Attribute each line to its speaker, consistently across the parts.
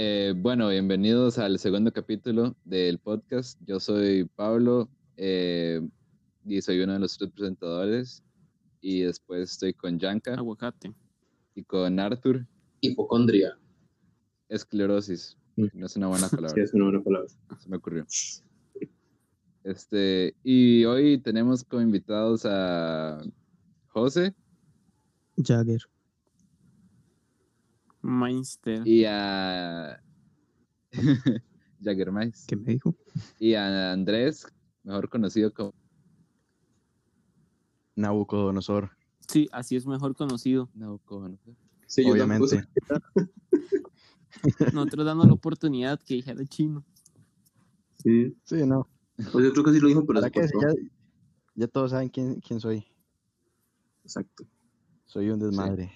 Speaker 1: Eh, Bueno, bienvenidos al segundo capítulo del podcast. Yo soy Pablo eh, y soy uno de los tres presentadores. Y después estoy con
Speaker 2: Ah,
Speaker 1: Yanka
Speaker 3: Aguacate.
Speaker 1: y con Arthur.
Speaker 2: Hipocondria.
Speaker 1: Esclerosis. No es una buena palabra.
Speaker 2: Mm. Sí, es una buena palabra.
Speaker 1: se me ocurrió. Este, y hoy tenemos como invitados a José
Speaker 4: Jagger.
Speaker 3: Mainster.
Speaker 1: y a Jagger Mais
Speaker 4: ¿Qué me dijo?
Speaker 1: y a Andrés, mejor conocido como
Speaker 5: Nabucodonosor,
Speaker 3: Sí, así es mejor conocido.
Speaker 1: Nabucodonosor.
Speaker 2: Sí, yo
Speaker 5: obviamente.
Speaker 2: tampoco-
Speaker 3: Nosotros dando la oportunidad que dijera chino.
Speaker 2: Sí.
Speaker 5: Sí, no.
Speaker 2: Pues yo creo que sí lo dijo, pero
Speaker 5: ¿Para
Speaker 2: se
Speaker 5: qué?
Speaker 2: cortó.
Speaker 5: Ya, ya todos saben quién, quién soy.
Speaker 2: Exacto.
Speaker 5: Soy un desmadre.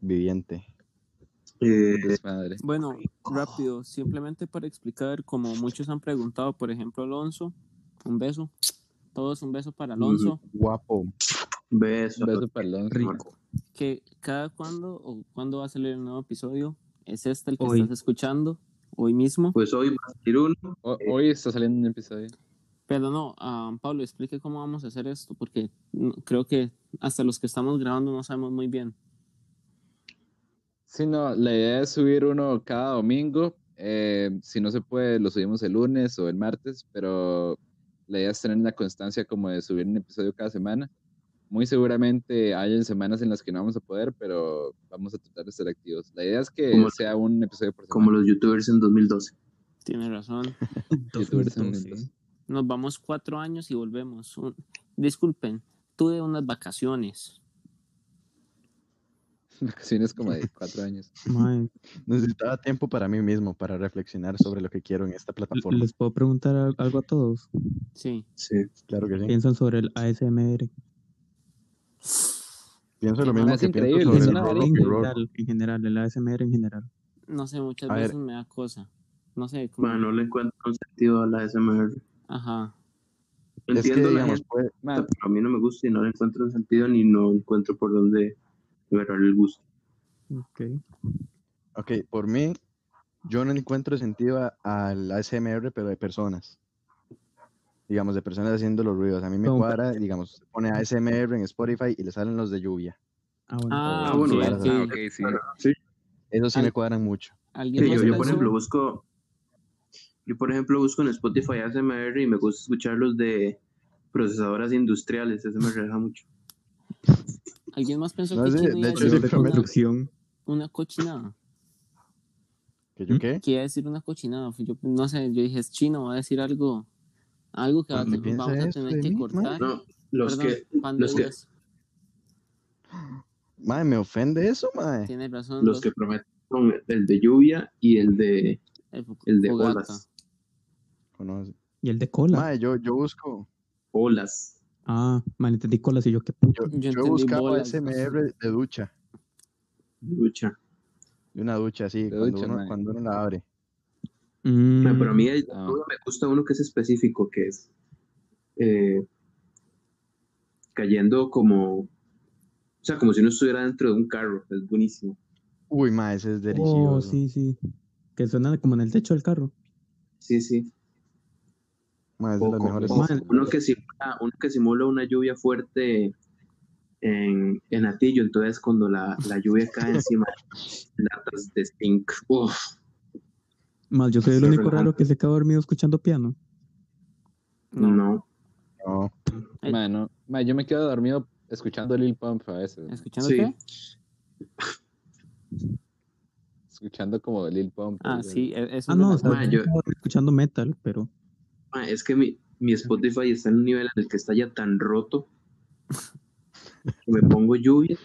Speaker 5: Viviente.
Speaker 2: Eh,
Speaker 1: Desmadre.
Speaker 3: Bueno, rápido, simplemente para explicar, como muchos han preguntado, por ejemplo, Alonso, un beso. Todos un beso para Alonso,
Speaker 5: Guapo.
Speaker 2: beso.
Speaker 1: Un beso para Alonso.
Speaker 3: que cada cuando o cuándo va a salir el nuevo episodio, es este el que
Speaker 4: Hoy.
Speaker 3: estás escuchando, hoy mismo.
Speaker 2: Pues hoy va a salir uno.
Speaker 1: Ho- Hoy está saliendo un episodio.
Speaker 3: Pero no, ah, Pablo, explique cómo vamos a hacer esto, porque no- creo que hasta los que estamos grabando no sabemos muy bien.
Speaker 1: Sí, no, la idea es subir uno cada domingo. eh, si no se puede, lo subimos el lunes o el martes, pero la idea es tener una constancia como de subir un episodio cada semana. Muy seguramente hayan semanas en las que no vamos a poder, pero vamos a tratar de estar activos. La idea es que
Speaker 2: Como-
Speaker 1: sea un episodio por
Speaker 2: Como
Speaker 1: semana.
Speaker 2: los youtubers en 2012.
Speaker 3: Tiene razón.
Speaker 1: youtubers en
Speaker 4: 2012.
Speaker 1: minutos.
Speaker 3: Nos vamos cuatro años y volvemos. Un- Disculpen, tuve unas vacaciones.
Speaker 1: Vacaciones como de cuatro años.
Speaker 4: Mae,
Speaker 5: Necesitaba tiempo para mí mismo, para reflexionar sobre lo que quiero en esta plataforma.
Speaker 4: ¿Les puedo preguntar al- algo a todos?
Speaker 3: Sí.
Speaker 2: Sí.
Speaker 5: Claro que sí.
Speaker 4: ¿Piensan sobre el ASMR?
Speaker 5: Pienso lo
Speaker 3: Ah,
Speaker 5: mismo
Speaker 1: es
Speaker 5: que pienso
Speaker 1: increíble,
Speaker 5: sobre
Speaker 1: es
Speaker 5: el
Speaker 1: una
Speaker 5: rock
Speaker 4: en
Speaker 5: and roll.
Speaker 4: general, en general, el ASMR en general.
Speaker 3: No sé, muchas
Speaker 5: A ver.
Speaker 3: veces me da cosa. No sé cómo.
Speaker 2: Bueno, no le encuentro un sentido a la ASMR.
Speaker 3: Ajá.
Speaker 5: Es que,
Speaker 2: Entiendo la
Speaker 5: digamos,
Speaker 2: gente,
Speaker 5: puede-
Speaker 1: Man,
Speaker 2: pero a mí no me gusta y no le encuentro un sentido ni no encuentro por dónde liberar el gusto.
Speaker 4: Ok.
Speaker 5: ok, por mí, yo no encuentro sentido a- al ASMR, pero de personas. Digamos, de personas haciendo los ruidos. A mí me
Speaker 4: Como-
Speaker 5: cuadra, digamos, se pone ASMR en Spotify y le salen los de lluvia.
Speaker 4: Ah, bueno.
Speaker 3: Ah,
Speaker 2: bueno,
Speaker 3: ok,
Speaker 5: bueno,
Speaker 3: ok.
Speaker 5: ah,
Speaker 1: sí.
Speaker 5: Esos sí
Speaker 3: Al-
Speaker 5: me cuadran mucho.
Speaker 3: ¿Alguien
Speaker 2: Sí,
Speaker 3: más
Speaker 2: yo, yo, por
Speaker 3: pensó?
Speaker 2: ejemplo busco yo por ejemplo busco en Spotify ASMR y me gusta escuchar los de procesadoras industriales, ese me relaja mucho.
Speaker 3: ¿Alguien más pensó
Speaker 5: No
Speaker 3: que
Speaker 5: sé,
Speaker 3: Chino
Speaker 5: de
Speaker 3: iba a
Speaker 5: hecho,
Speaker 3: decir
Speaker 5: sí,
Speaker 4: de
Speaker 5: realmente-
Speaker 3: una,
Speaker 4: construcción.
Speaker 3: una cochinada?
Speaker 5: ¿Que yo
Speaker 4: ¿Mm?
Speaker 5: qué?
Speaker 3: Que iba a decir una cochinada. Yo, no sé, yo dije, es chino, va a decir algo. Algo que
Speaker 5: Ah,
Speaker 3: vamos,
Speaker 5: ¿qué piensa
Speaker 3: vamos a
Speaker 5: esto
Speaker 3: tener
Speaker 5: de
Speaker 3: que
Speaker 5: mí,
Speaker 3: cortar.
Speaker 2: No, los
Speaker 3: Perdón,
Speaker 2: que
Speaker 3: pan
Speaker 2: los que-
Speaker 3: duras.
Speaker 5: Mae, me ofende eso, mae.
Speaker 3: Tiene razón.
Speaker 2: los que prometen son el de lluvia y el de
Speaker 3: el,
Speaker 2: el de
Speaker 3: fogata.
Speaker 2: olas.
Speaker 5: Conoce.
Speaker 4: Y el de cola.
Speaker 5: Mae, yo, yo busco,
Speaker 2: olas.
Speaker 4: Ah, mal entendí colas y yo qué puto.
Speaker 3: Yo
Speaker 5: yo, yo he
Speaker 3: entendí
Speaker 5: buscado
Speaker 3: bolas.
Speaker 5: ASMR de ducha,
Speaker 2: Lucha.
Speaker 5: de una ducha así,
Speaker 1: De
Speaker 5: cuando,
Speaker 1: ducha,
Speaker 5: uno,
Speaker 1: mae.
Speaker 5: cuando uno la abre.
Speaker 4: Mm,
Speaker 2: Ma, Pero a mí hay-
Speaker 1: Ah.
Speaker 2: me gusta uno que es específico, que es eh, cayendo como o sea, como si uno estuviera dentro de un carro, es buenísimo.
Speaker 5: Uy, mae, ese es delicioso.
Speaker 4: Oh, sí, sí. Que suena como en el techo del carro.
Speaker 2: Sí, sí.
Speaker 5: Mae, es de los
Speaker 2: Poco,
Speaker 5: mejores.
Speaker 2: poco.
Speaker 4: Mae,
Speaker 2: uno que simula, uno que simula una lluvia fuerte en, en Atillo, entonces cuando la, la lluvia cae encima latas de zinc. Uf,
Speaker 4: Más, yo soy el
Speaker 2: Sí,
Speaker 4: único
Speaker 2: relajante.
Speaker 4: raro que se queda dormido escuchando piano.
Speaker 2: no.
Speaker 5: No,
Speaker 3: Eh.
Speaker 1: Mano, ma, yo me quedo dormido escuchando Lil Pump a veces.
Speaker 3: ¿Escuchando
Speaker 2: Sí.
Speaker 3: qué?
Speaker 1: Escuchando como Lil Pump.
Speaker 3: Ah,
Speaker 1: o-
Speaker 3: sí, e- eso
Speaker 4: Ah,
Speaker 3: es
Speaker 4: no, o
Speaker 3: una-
Speaker 4: sea,
Speaker 2: Ma,
Speaker 4: yo
Speaker 2: yo-
Speaker 4: me quedo escuchando metal, pero
Speaker 2: Ma, Ah, es que mi, mi Spotify está en un nivel en el que está ya tan roto que me pongo lluvia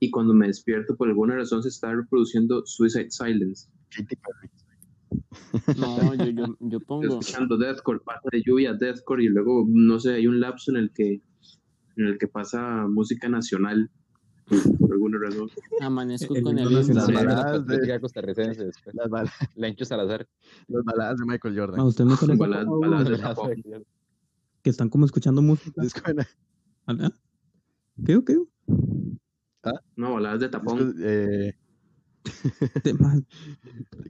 Speaker 2: y cuando me despierto por alguna razón se está reproduciendo Suicide Silence.
Speaker 5: Katy Perry.
Speaker 3: no, yo, yo, yo pongo.
Speaker 2: escuchando deathcore, pasa de lluvia a deathcore y luego, no sé, hay un lapso en el que en el que pasa música nacional por alguna razón.
Speaker 3: Amanezco
Speaker 4: El
Speaker 3: con el
Speaker 4: himno
Speaker 1: Las
Speaker 4: Sí.
Speaker 3: himno.
Speaker 4: nacional.
Speaker 1: baladas de la
Speaker 5: Sí.
Speaker 1: política costarricense después.
Speaker 5: Las, bal-
Speaker 1: La hincho Salazar.
Speaker 5: las baladas de Michael Jordan.
Speaker 4: a usted no se le
Speaker 2: Balada-
Speaker 4: toca,
Speaker 2: balada.
Speaker 4: uh,
Speaker 2: de
Speaker 1: Balazo
Speaker 2: Japón.
Speaker 1: de-
Speaker 4: que están como escuchando música.
Speaker 5: Disco de na-
Speaker 4: ¿Ah? ¿Qué, o qué?
Speaker 2: No, baladas de tapón.
Speaker 5: discos, eh,
Speaker 4: Te- ma,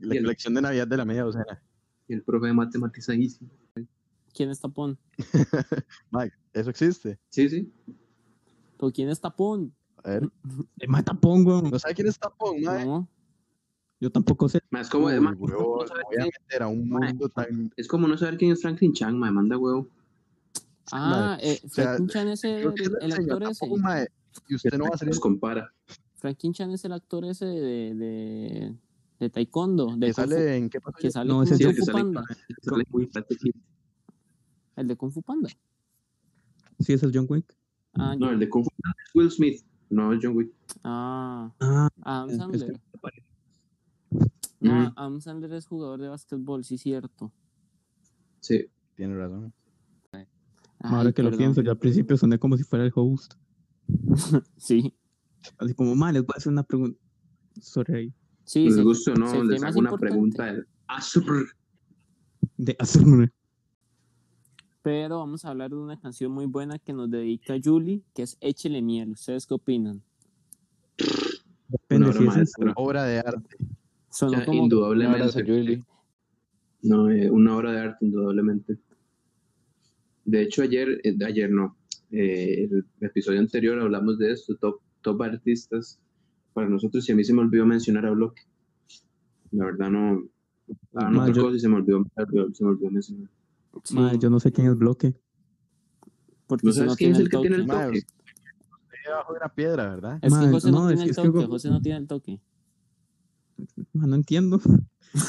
Speaker 5: La
Speaker 2: el-
Speaker 5: colección de Navidad de la media docena.
Speaker 2: Y el profe de matematizadísimo.
Speaker 3: ¿Quién es Tapón?
Speaker 5: Mike, ¿eso existe?
Speaker 2: Sí, sí.
Speaker 3: ¿Pero quién es Tapón?
Speaker 5: A ver.
Speaker 4: te mata tapón, weón.
Speaker 5: ¿No eh, sabe quién es Tapón, mae?
Speaker 3: No,
Speaker 4: Yo tampoco sé.
Speaker 2: Más como,
Speaker 5: Uy,
Speaker 2: ma,
Speaker 5: huevón,
Speaker 2: sabe
Speaker 5: voy a
Speaker 2: quién-
Speaker 5: meter a un
Speaker 2: Mae.
Speaker 5: mundo tan...
Speaker 2: es como no saber quién es Franklin Chang, me manda huevo.
Speaker 3: Ah, eh,
Speaker 5: sea,
Speaker 3: Franklin Chan es el,
Speaker 5: Creo que es
Speaker 3: el
Speaker 5: señor
Speaker 3: actor ese.
Speaker 5: Tapón, mae. Y usted no va a ser...
Speaker 2: Los compara.
Speaker 3: Franklin Chan es el actor ese de, de, de Taekwondo. De
Speaker 5: Que
Speaker 3: Kung Fu-
Speaker 5: sale en... ¿Qué pasó?
Speaker 3: que sale
Speaker 4: No,
Speaker 3: Kung
Speaker 4: ese
Speaker 2: Sí,
Speaker 4: es
Speaker 3: Fu
Speaker 2: el que sale-
Speaker 3: Panda.
Speaker 2: sale en Karate Kid.
Speaker 3: El de Kung Fu Panda.
Speaker 4: Sí, ese es John Wick.
Speaker 3: Ah,
Speaker 2: No, el de Kung Fu Panda es Will Smith. No, es John Wick.
Speaker 3: ah,
Speaker 4: Ah,
Speaker 3: Adam
Speaker 4: Es-
Speaker 3: Sandler.
Speaker 2: Mm.
Speaker 4: Mm.
Speaker 3: No, Adam Sandler es jugador de básquetbol, sí, cierto.
Speaker 2: Sí.
Speaker 5: Tiene razón.
Speaker 4: ahora
Speaker 3: Ay,
Speaker 4: que lo
Speaker 3: perdón.
Speaker 4: pienso, yo al principio soné como si fuera el host.
Speaker 3: Sí,
Speaker 4: Así como, ma, les voy a hacer una pregunta. Sorry ahí.
Speaker 3: sí,
Speaker 2: les
Speaker 3: sí.
Speaker 2: gusta o
Speaker 3: sí,
Speaker 2: no,
Speaker 3: sí,
Speaker 2: les
Speaker 3: más
Speaker 2: hago una
Speaker 3: importante.
Speaker 2: pregunta. del- Ah, super.
Speaker 4: De hacerme.
Speaker 3: Pero vamos a hablar de una canción muy buena que nos dedica Julie, que es Échele Miel. ¿Ustedes qué opinan?
Speaker 4: Depende
Speaker 2: Una
Speaker 4: si
Speaker 2: obra
Speaker 4: es ese.
Speaker 2: maestra.
Speaker 5: Obra de arte.
Speaker 2: O
Speaker 3: Sonó
Speaker 2: sea,
Speaker 3: como,
Speaker 1: Un abrazo,
Speaker 2: indudablemente.
Speaker 1: Julie.
Speaker 2: No, eh, una obra de arte, indudablemente. De hecho, ayer, eh, ayer no, eh, el episodio anterior hablamos de esto, top, top artistas para nosotros, y a mí se me olvidó mencionar a Bloque. La verdad no, ah, no
Speaker 4: Ma, yo-
Speaker 2: cosa y se me olvidó, se me olvidó mencionar.
Speaker 3: sí,
Speaker 4: Ma, yo no sé quién es Bloque.
Speaker 3: mm, porque
Speaker 2: ¿No
Speaker 3: si no
Speaker 2: sabes quién es
Speaker 3: tiene
Speaker 2: el que
Speaker 3: toque.
Speaker 2: tiene el
Speaker 5: Mae,
Speaker 2: toque?
Speaker 5: usted debajo de una piedra, ¿verdad?
Speaker 3: Es que
Speaker 4: Ma,
Speaker 3: José no,
Speaker 4: no, es-
Speaker 3: tiene el
Speaker 4: es que
Speaker 3: toque,
Speaker 4: Go-
Speaker 3: José no tiene el toque.
Speaker 4: Ma, no entiendo.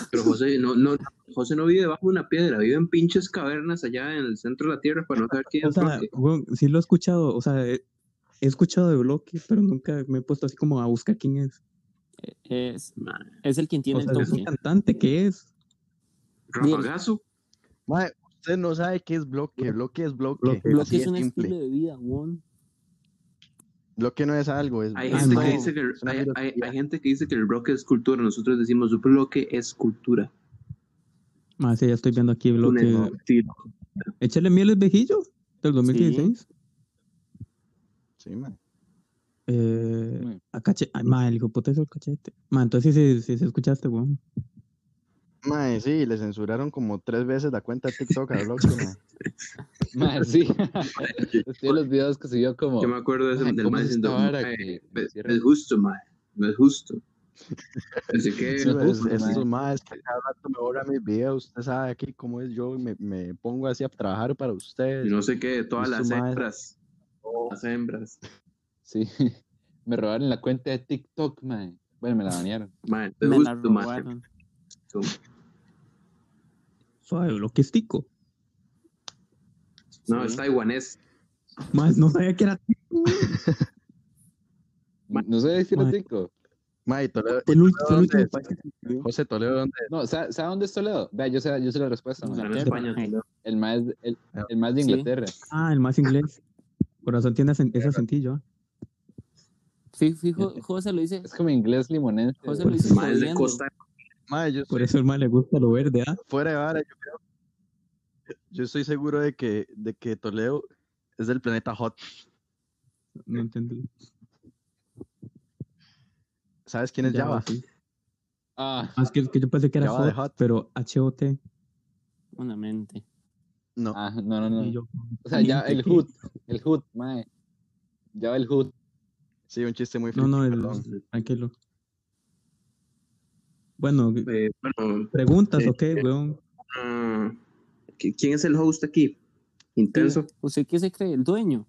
Speaker 2: Pero José no, no, José no vive debajo de una piedra, vive en pinches cavernas allá en el centro de la tierra para no saber quién
Speaker 4: O
Speaker 2: es
Speaker 4: sea,
Speaker 2: Bloque.
Speaker 4: weón, sí lo he escuchado. O sea, he he escuchado de Bloque, pero nunca me he puesto así como a buscar quién es.
Speaker 3: Es,
Speaker 2: Ma,
Speaker 3: es el quien
Speaker 4: O
Speaker 3: tiene
Speaker 4: sea,
Speaker 3: el
Speaker 4: es un
Speaker 3: toque.
Speaker 4: cantante que es.
Speaker 2: Rafa Gasso,
Speaker 5: Mae, usted no sabe qué es bloque. Bloque es bloque.
Speaker 4: Bloque.
Speaker 3: Bloque
Speaker 5: Así
Speaker 3: es un
Speaker 5: simple.
Speaker 3: estilo de vida, weón.
Speaker 5: Bloque no es algo. Es,
Speaker 2: hay
Speaker 5: es
Speaker 2: gente
Speaker 4: Ah, no.
Speaker 2: que dice que
Speaker 5: Es una
Speaker 2: hay- hay-
Speaker 5: filosofía.
Speaker 2: hay gente que dice que el bloque es cultura, nosotros decimos bloque es cultura.
Speaker 4: Ma, sí, ya estoy viendo aquí Bloque.
Speaker 2: Túnel, sí.
Speaker 4: Échale miel es vejillo del 2016.
Speaker 5: Sí, mae.
Speaker 4: Eh,
Speaker 1: Muy.
Speaker 4: a cachete. Ay, ma, el hijoputa hizo el cachete. Ma, entonces sí, sí, sí, sí escuchaste, weón.
Speaker 5: Mae, sí, le censuraron como tres veces la cuenta de TikTok a Bloque, mae.
Speaker 1: Mae, sí. Estoy en los videos que subió como.
Speaker 2: Yo me acuerdo de ese,
Speaker 1: "Mae,
Speaker 2: del
Speaker 1: Oh. ¿cómo
Speaker 2: mae
Speaker 1: es
Speaker 2: diciendo,
Speaker 1: esta vara
Speaker 2: "Mae,
Speaker 1: que
Speaker 2: ve-
Speaker 1: encierra-
Speaker 2: no es justo, mae, no es justo. Así que,
Speaker 5: Sí,
Speaker 1: No
Speaker 5: mae, es-
Speaker 1: justo,
Speaker 5: esos
Speaker 1: mae.
Speaker 5: maes que cada rato me borran mis videos. Usted sabe aquí cómo es yo. Me, me pongo así a trabajar para ustedes.
Speaker 2: no sé qué, todas
Speaker 5: Justo,
Speaker 2: las
Speaker 5: mae.
Speaker 2: hembras, las hembras,
Speaker 1: Sí. Me robaron la cuenta de TikTok, mae. Bueno, me la banearon.
Speaker 2: mae, no es
Speaker 3: Me la
Speaker 2: justo, mae.
Speaker 3: robaron.
Speaker 4: Suave, Bloque es tico.
Speaker 2: No,
Speaker 1: Sí.
Speaker 2: es taiwanés.
Speaker 4: Más, no sabía que era tico.
Speaker 1: No no sé decir
Speaker 4: Mae.
Speaker 1: tico.
Speaker 5: Mae, Toledo.
Speaker 4: El último, el
Speaker 5: ¿dónde
Speaker 4: último
Speaker 5: es?
Speaker 4: país que se escribió.
Speaker 5: José Toledo, ¿dónde es?
Speaker 1: No, ¿sabe, sabe dónde es Toledo? Vea, yo sé, yo sé la respuesta, mae.
Speaker 2: Está en
Speaker 3: Inglaterra.
Speaker 2: España, Toledo.
Speaker 1: El más, el, el más de
Speaker 3: Sí.
Speaker 1: Inglaterra.
Speaker 4: Ah, el más inglés. Corazón tiene acen- ese acentillo. ah.
Speaker 3: Fi- Fijo, José lo dice.
Speaker 1: Es como inglés limonense.
Speaker 3: José
Speaker 1: güey.
Speaker 3: lo dice
Speaker 2: Mae, es de
Speaker 3: jodiendo.
Speaker 2: Costa
Speaker 5: Mae, yo
Speaker 4: Por eso el mal le gusta lo verde, ¿ah?
Speaker 5: fuera de vara, yo creo. Yo estoy seguro de que, de que Toledo es del planeta Hot.
Speaker 4: No entendí.
Speaker 5: ¿Sabes quién es
Speaker 4: Ya
Speaker 5: Java?
Speaker 4: va, sí.
Speaker 1: Ah,
Speaker 4: Ah, es que, que yo pensé que era
Speaker 5: Java de
Speaker 4: hot,
Speaker 5: hot.
Speaker 4: pero HOT.
Speaker 3: Una mente.
Speaker 5: No.
Speaker 1: ah, no, no,
Speaker 4: Y
Speaker 1: no.
Speaker 4: yo,
Speaker 1: O sea, ya
Speaker 4: miente,
Speaker 1: el
Speaker 4: ¿qué?
Speaker 1: hood. El hood, mae. Ya va el hood.
Speaker 5: Sí, un chiste muy
Speaker 4: No, no,
Speaker 5: friki,
Speaker 4: el-
Speaker 5: perdón.
Speaker 4: Tranquilo. Bueno,
Speaker 2: eh, bueno,
Speaker 4: preguntas,
Speaker 2: eh,
Speaker 4: ok, weón.
Speaker 2: ah, ¿qui- ¿quién es el host aquí? Intenso.
Speaker 3: ¿Usted qué se cree? ¿El dueño?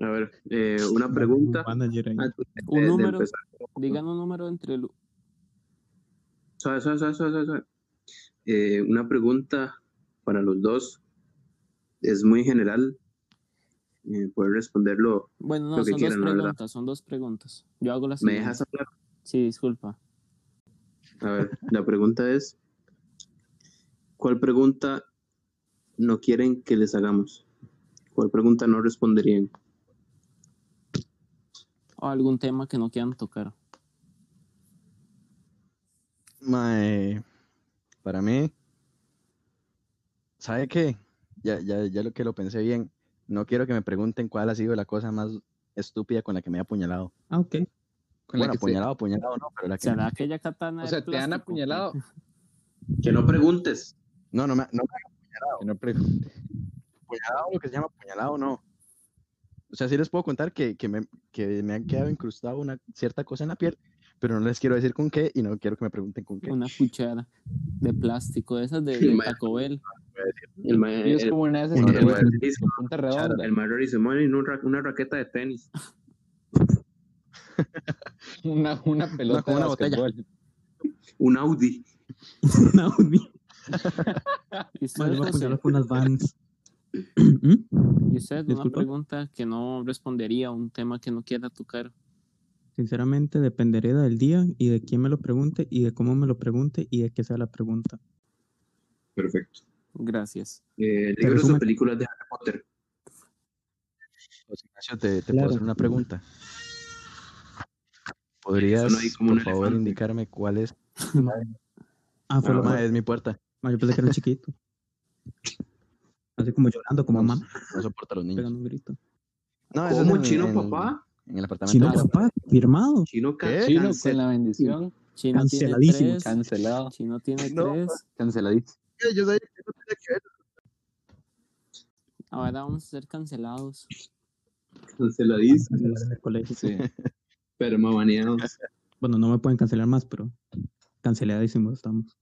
Speaker 2: A ver, eh, una pregunta.
Speaker 4: Manager
Speaker 5: Ah.
Speaker 4: ahí.
Speaker 2: antes de-
Speaker 3: Un
Speaker 2: de
Speaker 3: número.
Speaker 2: empezar.
Speaker 3: Digan un número entre el
Speaker 2: Suave, suave, suave, suave, suave, suave. Eh, una pregunta para los dos. Es muy general. Eh, puedes responderlo.
Speaker 3: Bueno, no,
Speaker 2: Lo que
Speaker 3: son
Speaker 2: quieran, la
Speaker 3: dos
Speaker 2: verdad.
Speaker 3: preguntas, son dos preguntas. Yo hago las
Speaker 2: ¿Me dejas hablar?
Speaker 3: Sí, disculpa.
Speaker 2: A ver, la pregunta es, ¿cuál pregunta no quieren que les hagamos? ¿Cuál pregunta no responderían?
Speaker 3: O algún tema que no quieran tocar.
Speaker 5: Mae, para mí, ¿sabe qué? Ya, ya, ya lo que lo pensé bien. No quiero que me pregunten cuál ha sido la cosa más estúpida con la que me he apuñalado.
Speaker 4: Ah, ok.
Speaker 1: con
Speaker 5: bueno,
Speaker 1: la que se-
Speaker 5: apuñalado, apuñalado, no, pero la que...
Speaker 3: ¿Será aquella katana
Speaker 1: o
Speaker 3: de
Speaker 1: sea, te han
Speaker 3: plástico?
Speaker 1: apuñalado.
Speaker 2: Que no preguntes.
Speaker 5: No, no me, no me
Speaker 1: Que no pregunte.
Speaker 5: apuñalado, lo que se llama apuñalado, no. O sea, sí les puedo contar que, que, me, que me han quedado incrustado una cierta cosa en la piel, pero no les quiero decir con qué y no quiero que me pregunten con qué.
Speaker 3: Una cuchara de plástico, de esas de,
Speaker 2: Sí,
Speaker 3: de
Speaker 2: madre.
Speaker 3: Taco Bell.
Speaker 2: El ma-
Speaker 1: Y es
Speaker 2: el-
Speaker 1: como una de esas
Speaker 5: Una
Speaker 1: que tiene
Speaker 2: cuchara.
Speaker 1: punta redonda.
Speaker 2: el Marjorie se mueve en un ra- una raqueta de tenis.
Speaker 1: Una, una pelota
Speaker 5: como
Speaker 1: de
Speaker 5: una botella.
Speaker 1: basquetbol.
Speaker 2: Un Audi.
Speaker 4: Un Audi.
Speaker 3: Y
Speaker 4: Madre,
Speaker 3: ustedes,
Speaker 4: voy a
Speaker 3: José,
Speaker 4: apuñalar con unas vans. ¿Mm?
Speaker 3: y usted, una
Speaker 4: Disculpa.
Speaker 3: pregunta que no respondería, un tema que no quiera tocar.
Speaker 4: Sinceramente, dependeré del día y de quién me lo pregunte y de cómo me lo pregunte y de qué sea la pregunta.
Speaker 2: Perfecto.
Speaker 3: Gracias.
Speaker 2: Eh,
Speaker 4: Pero
Speaker 2: libros o
Speaker 4: sume-
Speaker 2: películas de Harry Potter.
Speaker 5: José Pues, Ignacio, te, te
Speaker 4: Claro.
Speaker 5: puedo hacer una pregunta. ¿Podrías,
Speaker 2: Sonó ahí como un
Speaker 5: por favor,
Speaker 2: elefante.
Speaker 5: indicarme cuál es?
Speaker 4: Ah, fue
Speaker 2: Ah,
Speaker 4: lo
Speaker 5: Ma,
Speaker 4: más.
Speaker 5: es mi puerta.
Speaker 4: Yo pensé que era un chiquito. Así como llorando, como
Speaker 5: no,
Speaker 4: mamá,
Speaker 5: no soporta a los niños.
Speaker 4: pegando un grito.
Speaker 5: No, Ah, eso es
Speaker 2: ¿Cómo
Speaker 5: en-
Speaker 2: chino
Speaker 5: en-
Speaker 2: papá?
Speaker 5: En el apartamento.
Speaker 4: Chino
Speaker 5: de papá.
Speaker 4: papá, firmado.
Speaker 2: Chino ca-
Speaker 5: ¿Qué?
Speaker 1: Chino, con
Speaker 2: cancel-
Speaker 1: la bendición.
Speaker 3: Chino tiene
Speaker 4: Canceladísimo.
Speaker 3: tres.
Speaker 1: Cancelado.
Speaker 3: Chino tiene
Speaker 5: No,
Speaker 3: tres.
Speaker 1: Canceladísimo.
Speaker 5: Yo sabía que no tenía que ver.
Speaker 3: Ahora vamos a ser cancelados.
Speaker 2: canceladísimo.
Speaker 4: En el colegio.
Speaker 1: Sí.
Speaker 2: Pero me banearon.
Speaker 4: Bueno, no me pueden cancelar más, pero canceladísimos estamos.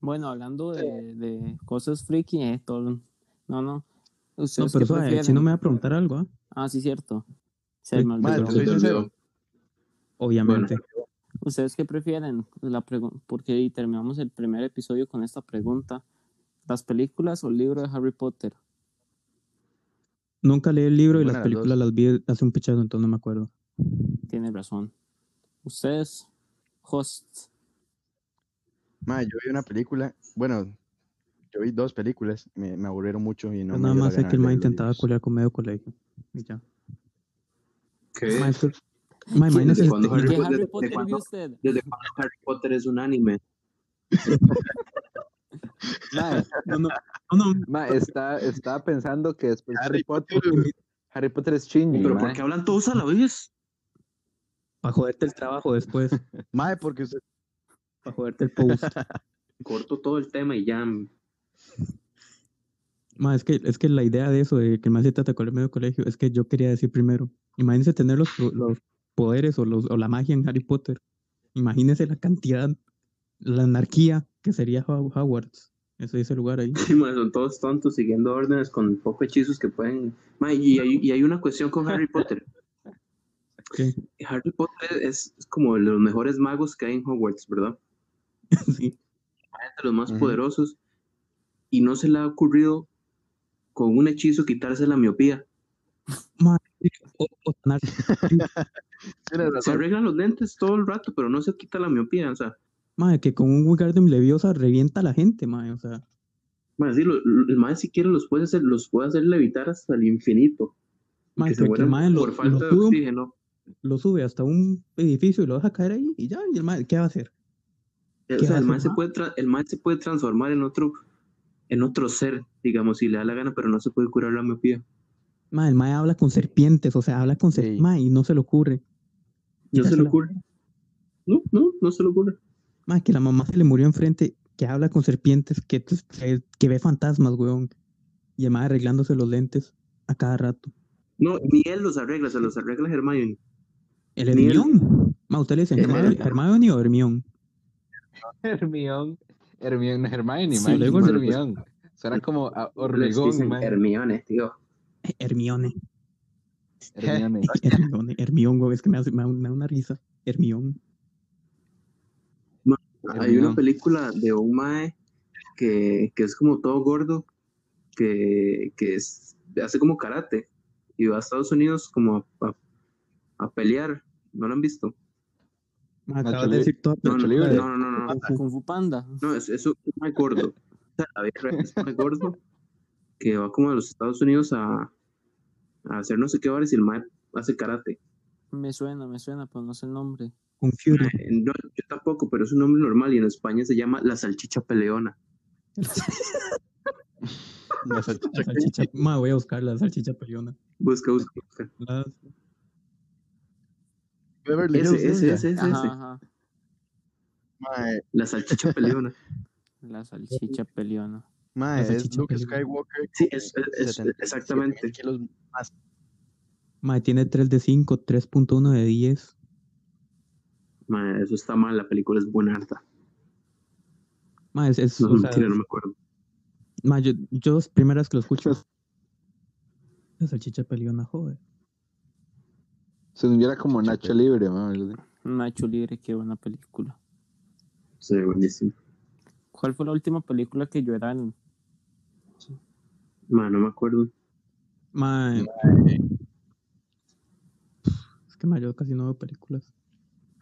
Speaker 3: Bueno, hablando de, de cosas friki, eh, todo- No, no.
Speaker 4: No,
Speaker 3: ¿Ustedes
Speaker 4: pero
Speaker 3: qué
Speaker 4: suave,
Speaker 3: prefieren?
Speaker 4: si no me va a preguntar algo, ¿ah?
Speaker 3: Ah, sí, cierto. Se
Speaker 4: Sí,
Speaker 3: me olvidó.
Speaker 5: madre,
Speaker 2: Se
Speaker 5: Pero
Speaker 2: te
Speaker 5: soy
Speaker 2: olvidó.
Speaker 5: sincero.
Speaker 4: obviamente.
Speaker 3: ¿Ustedes qué prefieren? La pregun- porque ahí terminamos el primer episodio con esta pregunta. ¿Las películas o el libro de Harry Potter?
Speaker 4: Nunca leí el libro y
Speaker 5: Ninguna
Speaker 4: las
Speaker 5: de las
Speaker 4: películas las vi hace un pichazo, entonces no me acuerdo.
Speaker 3: Tiene razón. Ustedes, hosts.
Speaker 5: Ma, yo vi una película, bueno, yo vi dos películas, me, me aburrieron mucho y no
Speaker 4: Yo
Speaker 5: me
Speaker 4: nada
Speaker 5: dio la
Speaker 4: más sé
Speaker 5: gana
Speaker 4: que el
Speaker 5: de
Speaker 4: ma
Speaker 5: leer los
Speaker 4: intentaba
Speaker 5: libros.
Speaker 4: colear con medio colegio. Y ya.
Speaker 2: ¿Qué?
Speaker 4: Ma, es que- ma, imagínese
Speaker 2: ¿Desde
Speaker 4: este-
Speaker 2: cuándo
Speaker 3: ¿Y
Speaker 2: Harry
Speaker 3: qué
Speaker 2: Potter-
Speaker 3: Harry
Speaker 2: desde
Speaker 3: Potter
Speaker 2: cuándo?
Speaker 3: vio usted?
Speaker 2: ¿Desde cuándo Harry Potter es un anime?
Speaker 1: Mae,
Speaker 4: No, no, no, no,
Speaker 1: mae, está, estaba pensando que después de Harry
Speaker 5: Harry
Speaker 1: Potter, Harry Potter es Shinji.
Speaker 2: ¿Pero por
Speaker 1: mae.
Speaker 2: qué hablan todos a la vez?
Speaker 4: para joderte el trabajo después,
Speaker 5: Ma, porque usted,
Speaker 4: para joderte el post.
Speaker 2: Corto todo el tema y ya.
Speaker 4: Ma, es que, es que la idea de eso, de que el ma se te atacó el medio colegio, es que yo quería decir primero, imagínense tener los, los poderes o, los, o la magia en Harry Potter. Imagínense la cantidad, la anarquía que sería Ho- Hogwarts. Eso dice el lugar ahí.
Speaker 2: ma, son todos tontos siguiendo órdenes con poco hechizos que pueden. Ma, y, hay, y hay una cuestión con Harry Potter.
Speaker 4: ¿Qué?
Speaker 2: Harry Potter es, es como de los mejores magos que hay en Hogwarts, ¿verdad?
Speaker 4: Sí.
Speaker 2: Es de los más
Speaker 5: Ujú.
Speaker 2: poderosos. Y no se le ha ocurrido con un hechizo quitarse la miopía.
Speaker 4: O- o tan ar-
Speaker 5: tiene
Speaker 2: Se
Speaker 5: razón.
Speaker 2: arreglan los lentes todo el rato, pero no se quita la miopía. O sea,
Speaker 4: Madre, que con un Wingardium Leviosa revienta a la gente, madre. O sea,
Speaker 2: ma, sí, lo- lo- el mae si quiere los puede hacer, los puede hacer levitar hasta el infinito. y
Speaker 4: madre,
Speaker 2: que se
Speaker 4: que el
Speaker 2: mueran
Speaker 4: madre lo,
Speaker 2: por falta
Speaker 4: lo
Speaker 2: de
Speaker 4: sube,
Speaker 2: oxígeno.
Speaker 4: lo sube hasta un edificio y lo deja caer ahí y ya, y el madre, ¿qué va a hacer?
Speaker 2: Eh,
Speaker 4: ¿Qué
Speaker 2: O sea, el
Speaker 4: hace,
Speaker 2: mae se
Speaker 4: ma?
Speaker 2: puede tra- el mae se puede transformar en otro, en otro ser, digamos, si le da la gana, pero no se puede curar la miopía.
Speaker 4: Madre, el madre habla con serpientes, o sea, habla con
Speaker 5: Sí.
Speaker 4: serpientes, y no se le
Speaker 2: No
Speaker 4: ocurre.
Speaker 2: se le
Speaker 4: Quitársela.
Speaker 2: ocurre. No, no, no se le ocurre.
Speaker 4: Madre, Ah, que la mamá se le murió enfrente, que habla con serpientes, que, t- que, que ve fantasmas, weón. Y el madre arreglándose los lentes a cada rato.
Speaker 2: No, ni él los arregla, se los arregla Hermione.
Speaker 4: El
Speaker 2: Ni él.
Speaker 4: Hermión. Madre, usted le dice, Hermione Hermione o Hermión.
Speaker 1: Hermión. Hermión, Hermione,
Speaker 4: Sí,
Speaker 1: mae,
Speaker 4: luego
Speaker 1: ¿quién es
Speaker 4: le-
Speaker 1: Hermión. Suena como a
Speaker 2: Les dicen
Speaker 1: hormigón, mae.
Speaker 2: Hermione, tío.
Speaker 4: Eh, Hermione.
Speaker 1: Hermione.
Speaker 4: Hermione. Hermión, weón. Es que me, hace, me da una- me da una risa. Hermión.
Speaker 2: Hay
Speaker 1: Hermione.
Speaker 2: una película de un mae que, que es como todo gordo, que, que es- hace como karate y va a Estados Unidos como a, a- a pelear. ¿No lo han visto?
Speaker 4: Me
Speaker 1: Nacho
Speaker 4: acabas de
Speaker 1: Libre.
Speaker 4: decir toda
Speaker 2: No, no,
Speaker 1: Nacho
Speaker 4: película
Speaker 1: Libre.
Speaker 4: de-
Speaker 2: no, no, no,
Speaker 1: Ah.
Speaker 2: no.
Speaker 3: Kung Fu Panda.
Speaker 2: No, es, es un mae gordo. O sea, la vida real es un mae gordo que va como a los Estados Unidos a, a hacer no sé qué bares y el mae hace karate.
Speaker 3: Me suena, me suena, pero no sé el nombre.
Speaker 4: Kung Fury.
Speaker 2: Eh, No, yo tampoco, pero es un nombre normal y en España se llama La Salchicha Peleona.
Speaker 5: La salchicha
Speaker 4: La salchicha. Ma, voy a buscar la salchicha peleona.
Speaker 2: Busca, busca, busca.
Speaker 4: Las-
Speaker 5: Beverly
Speaker 2: Ese,
Speaker 5: Hills
Speaker 2: ese,
Speaker 5: Ninja.
Speaker 2: ese, ese,
Speaker 3: Ajá,
Speaker 2: ese.
Speaker 3: ajá.
Speaker 5: Mae,
Speaker 2: La salchicha peleona.
Speaker 3: La salchicha peleona.
Speaker 5: mae,
Speaker 4: La
Speaker 5: es
Speaker 4: salchicha
Speaker 5: Luke
Speaker 4: pelona.
Speaker 5: Skywalker.
Speaker 2: Sí,
Speaker 5: con
Speaker 2: es- es- es-
Speaker 5: 77
Speaker 2: exactamente.
Speaker 5: kilos.
Speaker 4: Mae, tiene 3 de 5, 3.1 de 10.
Speaker 2: Mae, eso está mal, la película es buena harta.
Speaker 4: Mae, es, es-
Speaker 2: No,
Speaker 4: o sea,
Speaker 2: mentira, no me acuerdo.
Speaker 4: mae, yo, yo las primeras que lo escucho. es- La salchicha peliona, joder.
Speaker 1: Se hundiera como Nacho Libre, man.
Speaker 3: Nacho Libre, qué buena película.
Speaker 2: Se ve buenísimo.
Speaker 3: ¿Cuál fue la última película que lloraron?
Speaker 2: Mae, no me acuerdo.
Speaker 4: Mae. Es que mae, yo casi no veo películas.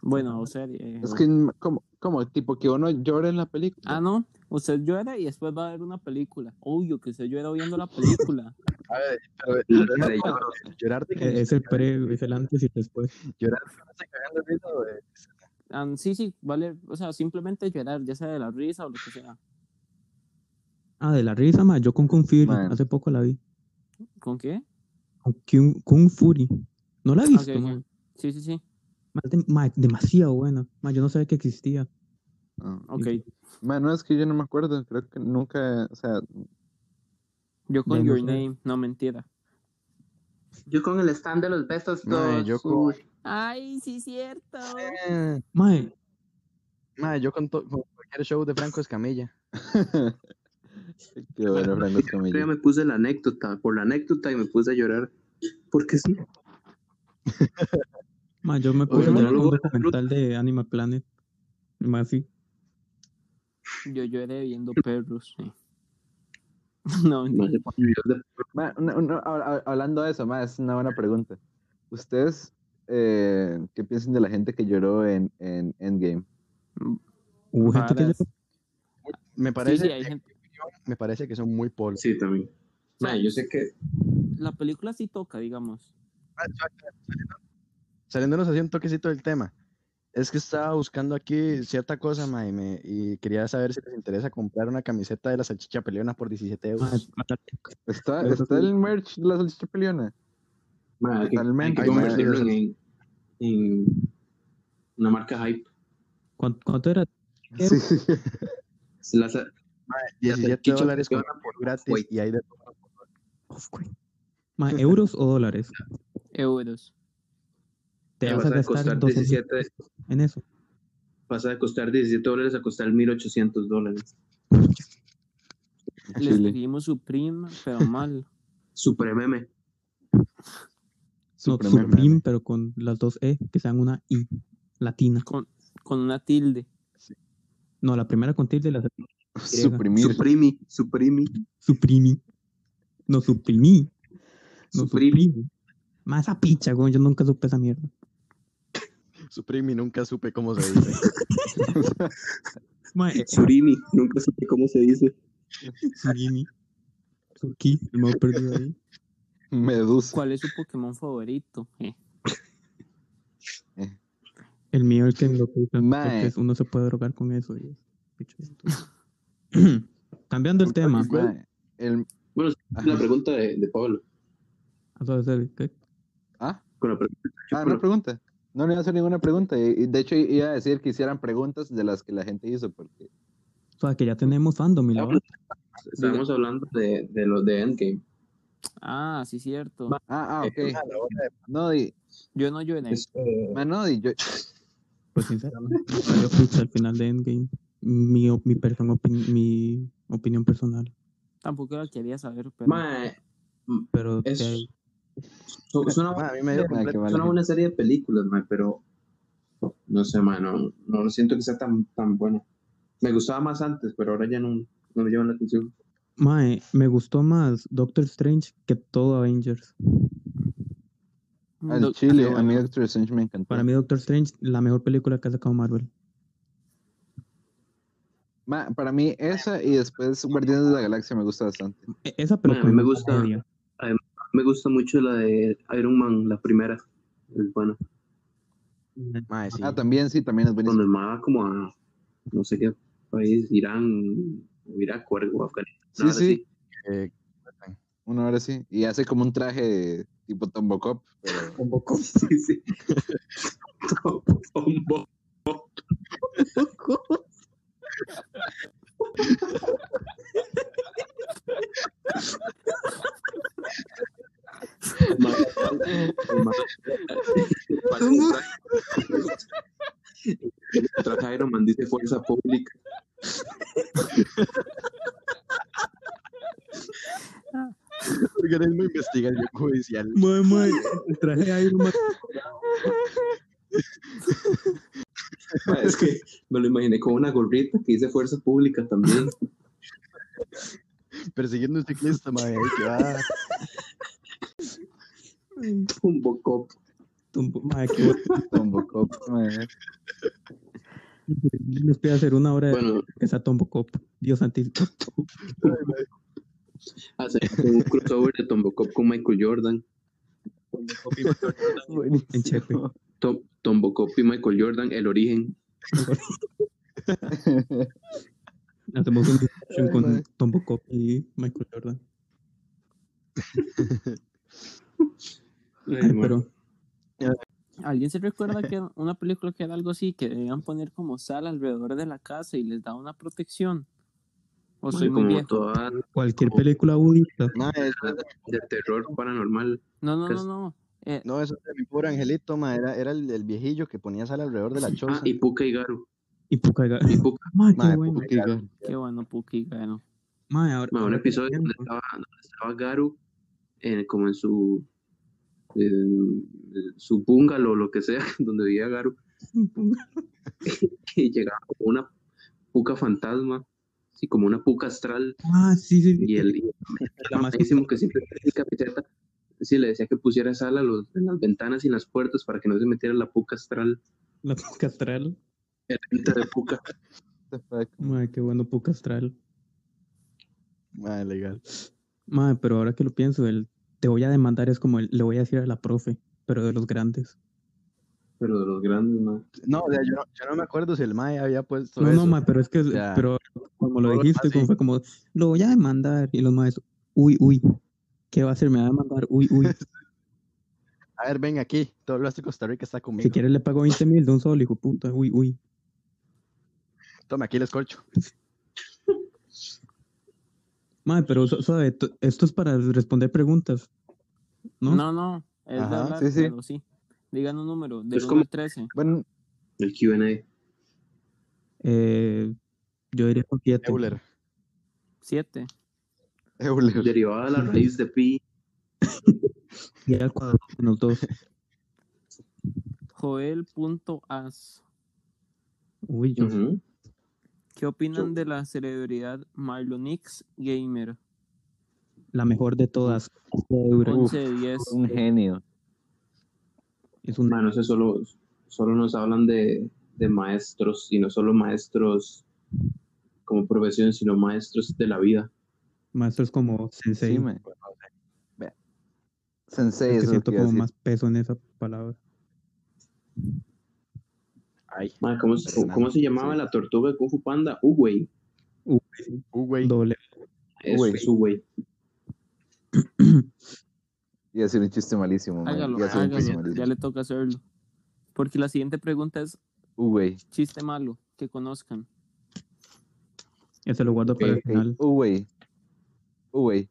Speaker 3: Bueno, o serie. eh,
Speaker 1: Es que, mm, como, como tipo que uno llora en la película.
Speaker 3: Ah, no. Usted llora y después va a ver una película. Obvio que usted llora viendo la película.
Speaker 5: A ver, pero-
Speaker 2: El
Speaker 5: pero-
Speaker 2: crédito.
Speaker 5: llorar de que
Speaker 4: Eh, Es el pre, es el antes y el después.
Speaker 5: llorar de que no se cagan de risa, güey.
Speaker 3: Ah, sí, sí, vale. O sea, simplemente llorar, ya sea de la risa o lo que sea.
Speaker 4: Ah, de la risa, mae, yo con Kung Fury.
Speaker 1: Mae.
Speaker 4: Hace poco la vi.
Speaker 3: ¿Con qué?
Speaker 4: Con Kung, Kung Fury. No la he
Speaker 3: Ah,
Speaker 4: visto,
Speaker 3: ok, ok.
Speaker 4: mae.
Speaker 3: Sí, sí, sí.
Speaker 4: Mae, es de- mae, demasiado buena. Mae, yo no sabía que existía.
Speaker 1: Ah.
Speaker 3: Ok.
Speaker 1: Mae, no, es que yo no me acuerdo. Creo que nunca, o sea,
Speaker 3: Yo con
Speaker 4: Ya no
Speaker 3: Your
Speaker 4: sé.
Speaker 3: Name. No, mentira.
Speaker 2: Yo con el stand de los bestos
Speaker 5: Mae, yo con-
Speaker 3: Ay, sí, cierto.
Speaker 5: Eh,
Speaker 4: Mae,
Speaker 5: mae, yo con, to- con cualquier show de Franco Escamilla.
Speaker 1: Qué bueno, Franco
Speaker 2: Yo
Speaker 1: Escamilla.
Speaker 2: me puse la anécdota, por la anécdota y me puse a llorar. Porque sí.
Speaker 4: mae, yo me puse a
Speaker 2: Obviamente,
Speaker 4: llorar con un
Speaker 2: luego de la
Speaker 4: documental de Animal Planet. Mae, sí.
Speaker 3: Yo lloré viendo perros. sí. No, mentira.
Speaker 2: Mae, se pone a llorar de-
Speaker 1: Ma, una- una- a- a- hablando de eso, ma, es una buena pregunta. ¿Ustedes eh, qué piensan de la gente que lloró en, en Endgame?
Speaker 4: Hubo gente que
Speaker 3: Varas.
Speaker 4: lloró.
Speaker 5: Me
Speaker 3: Sí,
Speaker 5: parece,
Speaker 3: sí, hay gente.
Speaker 5: me parece que son muy polos.
Speaker 2: Sí, también. Mae, yo sé que.
Speaker 3: La película sí toca, digamos.
Speaker 5: Ah, suave, saliendo- Saliéndonos así un toquecito del tema. Es que estaba buscando aquí cierta cosa, ma, y, me- y quería saber si les interesa comprar una camiseta de la salchicha peleona por 17 euros.
Speaker 4: Mae, para-
Speaker 1: ¿Está,
Speaker 4: Eso
Speaker 1: está
Speaker 4: sí.
Speaker 1: el merch de la salchicha peleona?
Speaker 2: mae, hay que- hay
Speaker 1: Totalmente,
Speaker 2: que
Speaker 1: mae,
Speaker 2: convertirlo
Speaker 1: eso-
Speaker 2: en, en una marca hype.
Speaker 4: ¿Cuánto, cuánto era?
Speaker 1: Sí, sí.
Speaker 2: Se la sa- la
Speaker 5: 17
Speaker 2: salchicha
Speaker 5: dólares
Speaker 2: peleona
Speaker 5: comprar
Speaker 2: por
Speaker 5: gratis
Speaker 2: güey.
Speaker 5: y hay de todo.
Speaker 4: Uf, güey. Mae, ¿Euros o dólares?
Speaker 3: Euros.
Speaker 4: Te
Speaker 2: Ya
Speaker 4: vas
Speaker 2: vas
Speaker 4: a
Speaker 2: a costar
Speaker 4: gastar 200
Speaker 2: 17
Speaker 4: en eso.
Speaker 2: pasa de costar 17 dólares a costar 1800 dólares.
Speaker 3: Les pedimos su prima, pero mal.
Speaker 2: Super meme.
Speaker 4: No,
Speaker 1: Supreme,
Speaker 4: Supreme, pero con las dos E, que sean una I latina.
Speaker 3: Con, con una tilde.
Speaker 4: No, la primera con tilde y la segunda.
Speaker 1: Suprimir.
Speaker 2: Suprimi, suprimi.
Speaker 4: Suprimí. No, suprimí. No,
Speaker 2: Suprimí.
Speaker 4: suprimí. Más esa picha, güey. Yo nunca supe esa mierda.
Speaker 5: Suprimi nunca supe cómo se dice.
Speaker 4: Mae,
Speaker 2: Surimi, nunca supe cómo se dice.
Speaker 4: surimi. Surki, el modo perdido ahí.
Speaker 1: Medusa.
Speaker 3: ¿Cuál es su Pokémon favorito? Eh,
Speaker 4: El mío, el que me lo puso,
Speaker 1: Mae.
Speaker 4: porque Uno se puede drogar con eso. y- picho, esto. Cambiando el tema.
Speaker 1: Ma, el-
Speaker 2: Bueno, la pregunta de, de Pablo.
Speaker 4: Ah, suave, suave, ¿qué?
Speaker 1: ah,
Speaker 2: Con la pregunta.
Speaker 1: ah, no pregunta. No le iba a hacer ninguna pregunta. Y, y de hecho, iba a decir que hicieran preguntas de las que la gente hizo. Porque...
Speaker 4: Suave, que ya tenemos fandom y la hora.
Speaker 2: Estábamos hablando de, de lo de Endgame.
Speaker 3: Ah, sí, cierto.
Speaker 1: Ah, ah,
Speaker 5: Eh,
Speaker 1: ok.
Speaker 5: a la hora de-
Speaker 1: No, di,
Speaker 3: Yo no lloré.
Speaker 2: eh,
Speaker 1: ma, no, di, yo,
Speaker 4: Pues sinceramente, valió pucha al final de Endgame. Mi, op- mi, person- opin- mi opinión personal.
Speaker 3: Tampoco la quería saber, pero.
Speaker 2: Mae,
Speaker 4: Pero
Speaker 2: es,
Speaker 4: de-
Speaker 2: su- suena,
Speaker 5: ma, a mí me dio
Speaker 1: Ma, qué
Speaker 5: completo.
Speaker 1: mala
Speaker 2: suena una serie de películas, mae, pero no sé, mae, no, no lo siento que sea tan, tan buena. Me gustaba más antes, pero ahora ya no, no me llama la atención.
Speaker 4: Mae, me gustó más Doctor Strange que todo Avengers.
Speaker 1: al
Speaker 3: Doc-
Speaker 1: chile,
Speaker 3: Pero
Speaker 1: a mí
Speaker 3: bueno,
Speaker 1: Doctor Strange me encantó.
Speaker 4: Para mí, Doctor Strange, la mejor película que ha sacado Marvel.
Speaker 1: Ma, para mí esa y después Guardianes de la Galaxia me gusta bastante.
Speaker 4: E- Esa, pero
Speaker 2: Mae, a
Speaker 4: con
Speaker 2: mí me
Speaker 4: una
Speaker 2: gusta.
Speaker 4: comedia.
Speaker 2: Me gusta mucho la de Iron Man, la primera. Es buena.
Speaker 5: Ma, sí.
Speaker 1: Ah, también, sí, también es
Speaker 2: Cuando
Speaker 1: buenísimo.
Speaker 2: el mae va como a no sé qué país, Irán, o Irak o algo, Afganistán.
Speaker 1: Sí,
Speaker 2: ahora
Speaker 1: sí,
Speaker 5: Eh,
Speaker 1: una hora sí. Y hace como un traje tipo Tombo Cop, pero
Speaker 2: Combo Cop, sí, sí. Combo Cop. Ma- ma- Tras Iron Man dice fuerza pública.
Speaker 5: Organismo de investigación judicial.
Speaker 4: Mae, mae, el traje de Iron Man.
Speaker 2: Ma, Es que me lo imaginé con una gorrita que dice fuerza pública también.
Speaker 5: Persiguiendo un ciclista, mae. ahí que ah, va.
Speaker 2: Combo Cop.
Speaker 4: Tumbo- mae, qué bueno.
Speaker 1: Tombo Cop, mae.
Speaker 4: Les pido hacer una hora de
Speaker 2: Bueno,
Speaker 4: esa Tombo Cop. Dios santísimo.
Speaker 2: hacer Ah, un crossover de Tombo Cop con Michael Jordan.
Speaker 4: En Chepe.
Speaker 2: Tom- Tombo Cop y Michael Jordan, el origen.
Speaker 4: Hacemos un discussion
Speaker 5: Ay, mae.
Speaker 4: con Tombo Cop y Michael Jordan. Ay, pero
Speaker 3: ¿Alguien se recuerda que era una película que era algo así, que debían poner como sal alrededor de la casa y les daba una protección? O soy muy
Speaker 2: Pues como
Speaker 3: viejo.
Speaker 2: toda
Speaker 4: cualquier
Speaker 2: Como-
Speaker 4: película budista.
Speaker 5: Mae, eso es de-
Speaker 2: de terror paranormal.
Speaker 3: No, no, no,
Speaker 2: Cas-
Speaker 3: no. Eh,
Speaker 5: no, eso es de mi pobre angelito, mae. Era, era el, el viejillo que ponía sal alrededor de la
Speaker 2: Ah,
Speaker 5: choza.
Speaker 2: y Puka y Garu.
Speaker 4: Y Pucaga.
Speaker 2: Y Puka.
Speaker 4: Mae, qué
Speaker 5: Mae,
Speaker 4: bueno.
Speaker 5: porque-
Speaker 3: Qué bueno, Puki, bueno.
Speaker 4: Mae, ahora.
Speaker 2: Bueno, un
Speaker 4: ahora
Speaker 2: episodio donde
Speaker 4: que-
Speaker 2: estaba, donde estaba Garu eh, como en su eh, su bungalow, lo que sea, donde vivía Garu,
Speaker 4: pues,
Speaker 2: y llegaba como una puca fantasma, así como una puca astral,
Speaker 4: Ah, sí, sí. sí.
Speaker 2: y el, y el
Speaker 4: La más-
Speaker 2: mamadísimo que siempre tenía el camiseta, sí le decía que pusiera sal a los, en las ventanas y en las puertas para que no se metiera la puca astral,
Speaker 4: La Pucastral.
Speaker 2: el ente de puca.
Speaker 4: Mae, qué bueno Pucastral.
Speaker 5: Mae, legal.
Speaker 4: Mae, pero ahora que lo pienso, el te voy a demandar es como el, le voy a decir a la profe, pero de los grandes.
Speaker 2: Pero de los grandes, ¿no?
Speaker 5: No, o sea, yo no, yo no me acuerdo si el mae había puesto.
Speaker 4: No,
Speaker 5: eso.
Speaker 4: no, mae, pero es que,
Speaker 5: sea,
Speaker 4: pero como lo
Speaker 5: todo lo
Speaker 4: dijiste,
Speaker 5: demás,
Speaker 4: como
Speaker 5: sí.
Speaker 4: fue como, lo voy a demandar. Y los maes, uy, uy, ¿qué va a hacer? Me va a demandar, uy, uy.
Speaker 5: A ver, ven aquí. Todo el resto de Costa Rica está conmigo.
Speaker 4: Si quieres le pago 20 mil de un solo, hijo de puta, uy, uy.
Speaker 5: Toma, aquí el escorcho.
Speaker 4: Mae, pero su- suave, t- esto es para responder preguntas. ¿No?
Speaker 3: No, no. Es de
Speaker 5: Ajá,
Speaker 3: hablar,
Speaker 1: sí, sí.
Speaker 3: pero sí. Digan un número, del
Speaker 2: Es
Speaker 3: 1
Speaker 2: como-
Speaker 3: al 13.
Speaker 1: Bueno,
Speaker 2: El QA.
Speaker 4: Eh, yo diría con 7.
Speaker 5: Euler.
Speaker 3: 7.
Speaker 1: Euler.
Speaker 2: Derivada de la raíz de pi,
Speaker 4: Y al cuadrado menos 2.
Speaker 3: Joel.as.
Speaker 4: Uy, yo.
Speaker 2: Ujú.
Speaker 3: ¿Qué opinan de la celebridad Marlonix Gamer?
Speaker 4: La mejor de todas. Euler.
Speaker 3: 11 de 10.
Speaker 1: un genio.
Speaker 4: Es un
Speaker 2: Bueno, eso solo, solo nos hablan de, de maestros, y no solo maestros como profesión, sino maestros de la vida.
Speaker 4: maestro, es como sensei.
Speaker 1: Sí, mae. Vea. Sensei, eso
Speaker 4: es que
Speaker 1: es lo
Speaker 4: siento
Speaker 1: que iba a
Speaker 4: como
Speaker 1: decir.
Speaker 4: más peso en esa palabra.
Speaker 5: Ay,
Speaker 2: Madre, ¿cómo, se-
Speaker 5: Fernando,
Speaker 2: cómo se llamaba
Speaker 5: sí.
Speaker 2: la tortuga de Kung Fu Panda? Uwey.
Speaker 5: uh, güey.
Speaker 4: Doble.
Speaker 2: Eso
Speaker 1: Uwey.
Speaker 2: es Uwey.
Speaker 1: Iba a decir un chiste malísimo, mae.
Speaker 3: Hágalo,
Speaker 1: Iba a decir un chiste
Speaker 3: hágalo.
Speaker 1: malísimo.
Speaker 3: Ya le toca hacerlo. Porque la siguiente pregunta es
Speaker 1: Uh, güey.
Speaker 3: chiste malo que conozcan.
Speaker 4: Ese lo guardo para el
Speaker 1: Ok,
Speaker 4: final.
Speaker 1: Uh, güey. Uh, güey.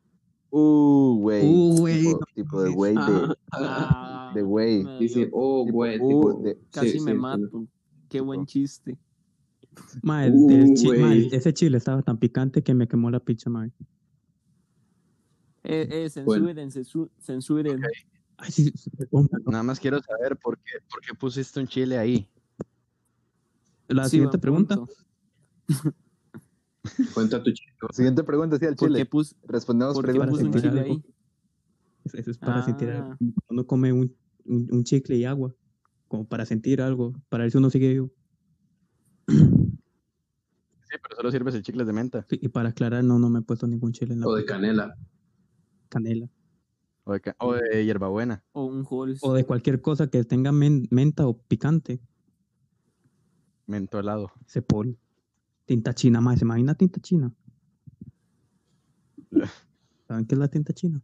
Speaker 1: Uh, güey.
Speaker 4: Uh, güey,
Speaker 1: Tipo, tipo de güey de,
Speaker 3: Ah,
Speaker 1: de güey.
Speaker 3: me
Speaker 2: Dice,
Speaker 3: dio-
Speaker 2: oh,
Speaker 1: Tipo,
Speaker 2: güey.
Speaker 1: uh,
Speaker 2: tipo,
Speaker 1: de-
Speaker 3: casi
Speaker 2: sí,
Speaker 3: me
Speaker 2: sí,
Speaker 3: mato. Qué buen chiste.
Speaker 4: Ma, el-
Speaker 2: Uh,
Speaker 4: el chi- ma, el-
Speaker 2: güey.
Speaker 4: ese chile estaba tan picante que me quemó la picha, ma.
Speaker 3: Eh, eh, censuren, censu- censuren.
Speaker 4: Ay, sí, sí, oh, se compra, ¿no?
Speaker 5: Nada más quiero saber por qué, por qué pusiste un chile ahí.
Speaker 4: La
Speaker 3: Sí,
Speaker 4: siguiente
Speaker 3: buen
Speaker 4: pregunta.
Speaker 3: punto.
Speaker 2: sí. Cuenta tu chico.
Speaker 1: Siguiente pregunta, sí, al
Speaker 3: ¿Por qué
Speaker 1: chile.
Speaker 3: pus-
Speaker 1: Respondemos
Speaker 3: por qué
Speaker 4: preguntas
Speaker 3: puso un
Speaker 1: preguntas.
Speaker 4: sentido
Speaker 3: chile
Speaker 4: algo.
Speaker 3: ahí?
Speaker 4: Eso es para sentir algo.
Speaker 3: Ah.
Speaker 4: Uno come un, un, un chicle y agua, como para sentir algo, para ver si uno sigue vivo.
Speaker 5: Sí, pero solo sirves el chicle de menta
Speaker 4: Sí, Y para aclarar, no, no me he puesto ningún chile en la
Speaker 2: O de canela.
Speaker 4: canela.
Speaker 5: o de, ca- o de hierbabuena.
Speaker 3: O un Halls.
Speaker 4: O de cualquier cosa que tenga men- menta o picante.
Speaker 5: Mentolado.
Speaker 4: Cepol. Tinta china, más. ¿Se imagina tinta china? ¿Saben qué es la tinta china?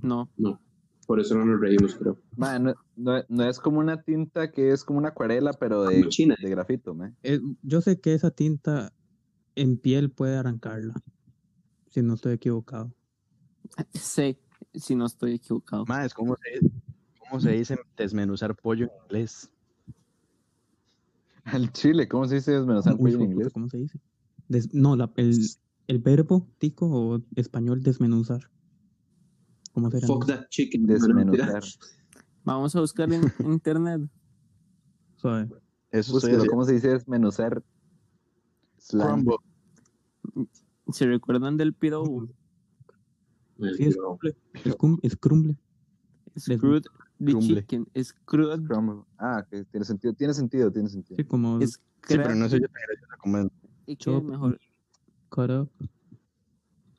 Speaker 3: No,
Speaker 2: Por eso no nos reímos, creo.
Speaker 1: Mae, no, no- no es como una tinta que es como una acuarela, pero de,
Speaker 2: Como china.
Speaker 1: de grafito, mae.
Speaker 4: Eh, yo sé que esa tinta en piel puede arrancarla. Si no estoy equivocado.
Speaker 3: Sí, si no estoy equivocado.
Speaker 5: Más, ¿cómo se, ¿cómo se dice desmenuzar pollo en inglés?
Speaker 1: Al chile, ¿cómo se dice desmenuzar
Speaker 4: Uy,
Speaker 1: pollo en
Speaker 4: hijo de puta,
Speaker 1: inglés?
Speaker 4: ¿Cómo se dice? Des- no, la- el, el verbo tico o español desmenuzar. ¿Cómo será?
Speaker 2: Fuck that chicken.
Speaker 1: Desmenuzar.
Speaker 3: Vamos a buscar en internet.
Speaker 4: Suave.
Speaker 5: Eso estoy
Speaker 1: Búsquelo,
Speaker 5: haciendo.
Speaker 1: ¿cómo Pues se dice desmenuzar? Slang.
Speaker 5: Crumble.
Speaker 3: ¿Se recuerdan del pirobo?
Speaker 4: Sí, es crumble. Es, cum- es crumble.
Speaker 3: Screwed the
Speaker 5: Crumble.
Speaker 3: chicken. Screwed
Speaker 1: Crumble. Ah, que tiene sentido, tiene sentido, tiene sentido.
Speaker 4: Sí, como
Speaker 3: Es
Speaker 5: Sí, pero no soy yo tan gracioso como él.
Speaker 3: ¿Y qué
Speaker 4: chop,
Speaker 3: mejor?
Speaker 4: cut up.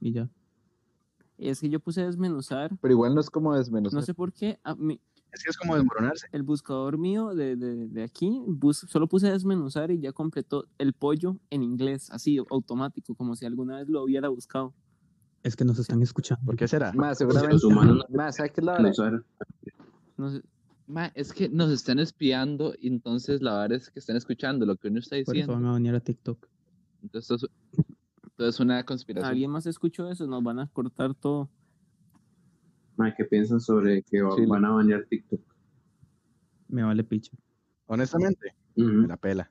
Speaker 4: Y ya.
Speaker 3: Es que yo puse desmenuzar.
Speaker 1: Pero igual no es como desmenuzar.
Speaker 3: No sé por qué. a mí-
Speaker 5: Es que es como desmoronarse.
Speaker 3: el buscador mío de, de- de aquí bus- solo puse desmenuzar y ya completó el pollo en inglés, así automático, como si alguna vez lo hubiera buscado.
Speaker 4: Es que nos están escuchando.
Speaker 5: ¿Por qué será?
Speaker 1: Más, seguramente.
Speaker 2: los humanos
Speaker 1: Más, ¿sabes qué es la vara?
Speaker 2: Desmenuzar.
Speaker 3: No sé,
Speaker 6: Ma, es que nos están espiando, y entonces la verdad es que están escuchando lo que uno está
Speaker 4: Por eso
Speaker 6: diciendo.
Speaker 4: van a venir a TikTok.
Speaker 6: Entonces, esto es- esto es una conspiración.
Speaker 3: alguien más escuchó eso, nos van a cortar todo.
Speaker 2: Mae, ¿Qué piensan sobre que va-
Speaker 1: Chile.
Speaker 2: van a bañar TikTok?
Speaker 4: Me vale picha.
Speaker 5: Honestamente,
Speaker 2: Ujú.
Speaker 5: me la pela.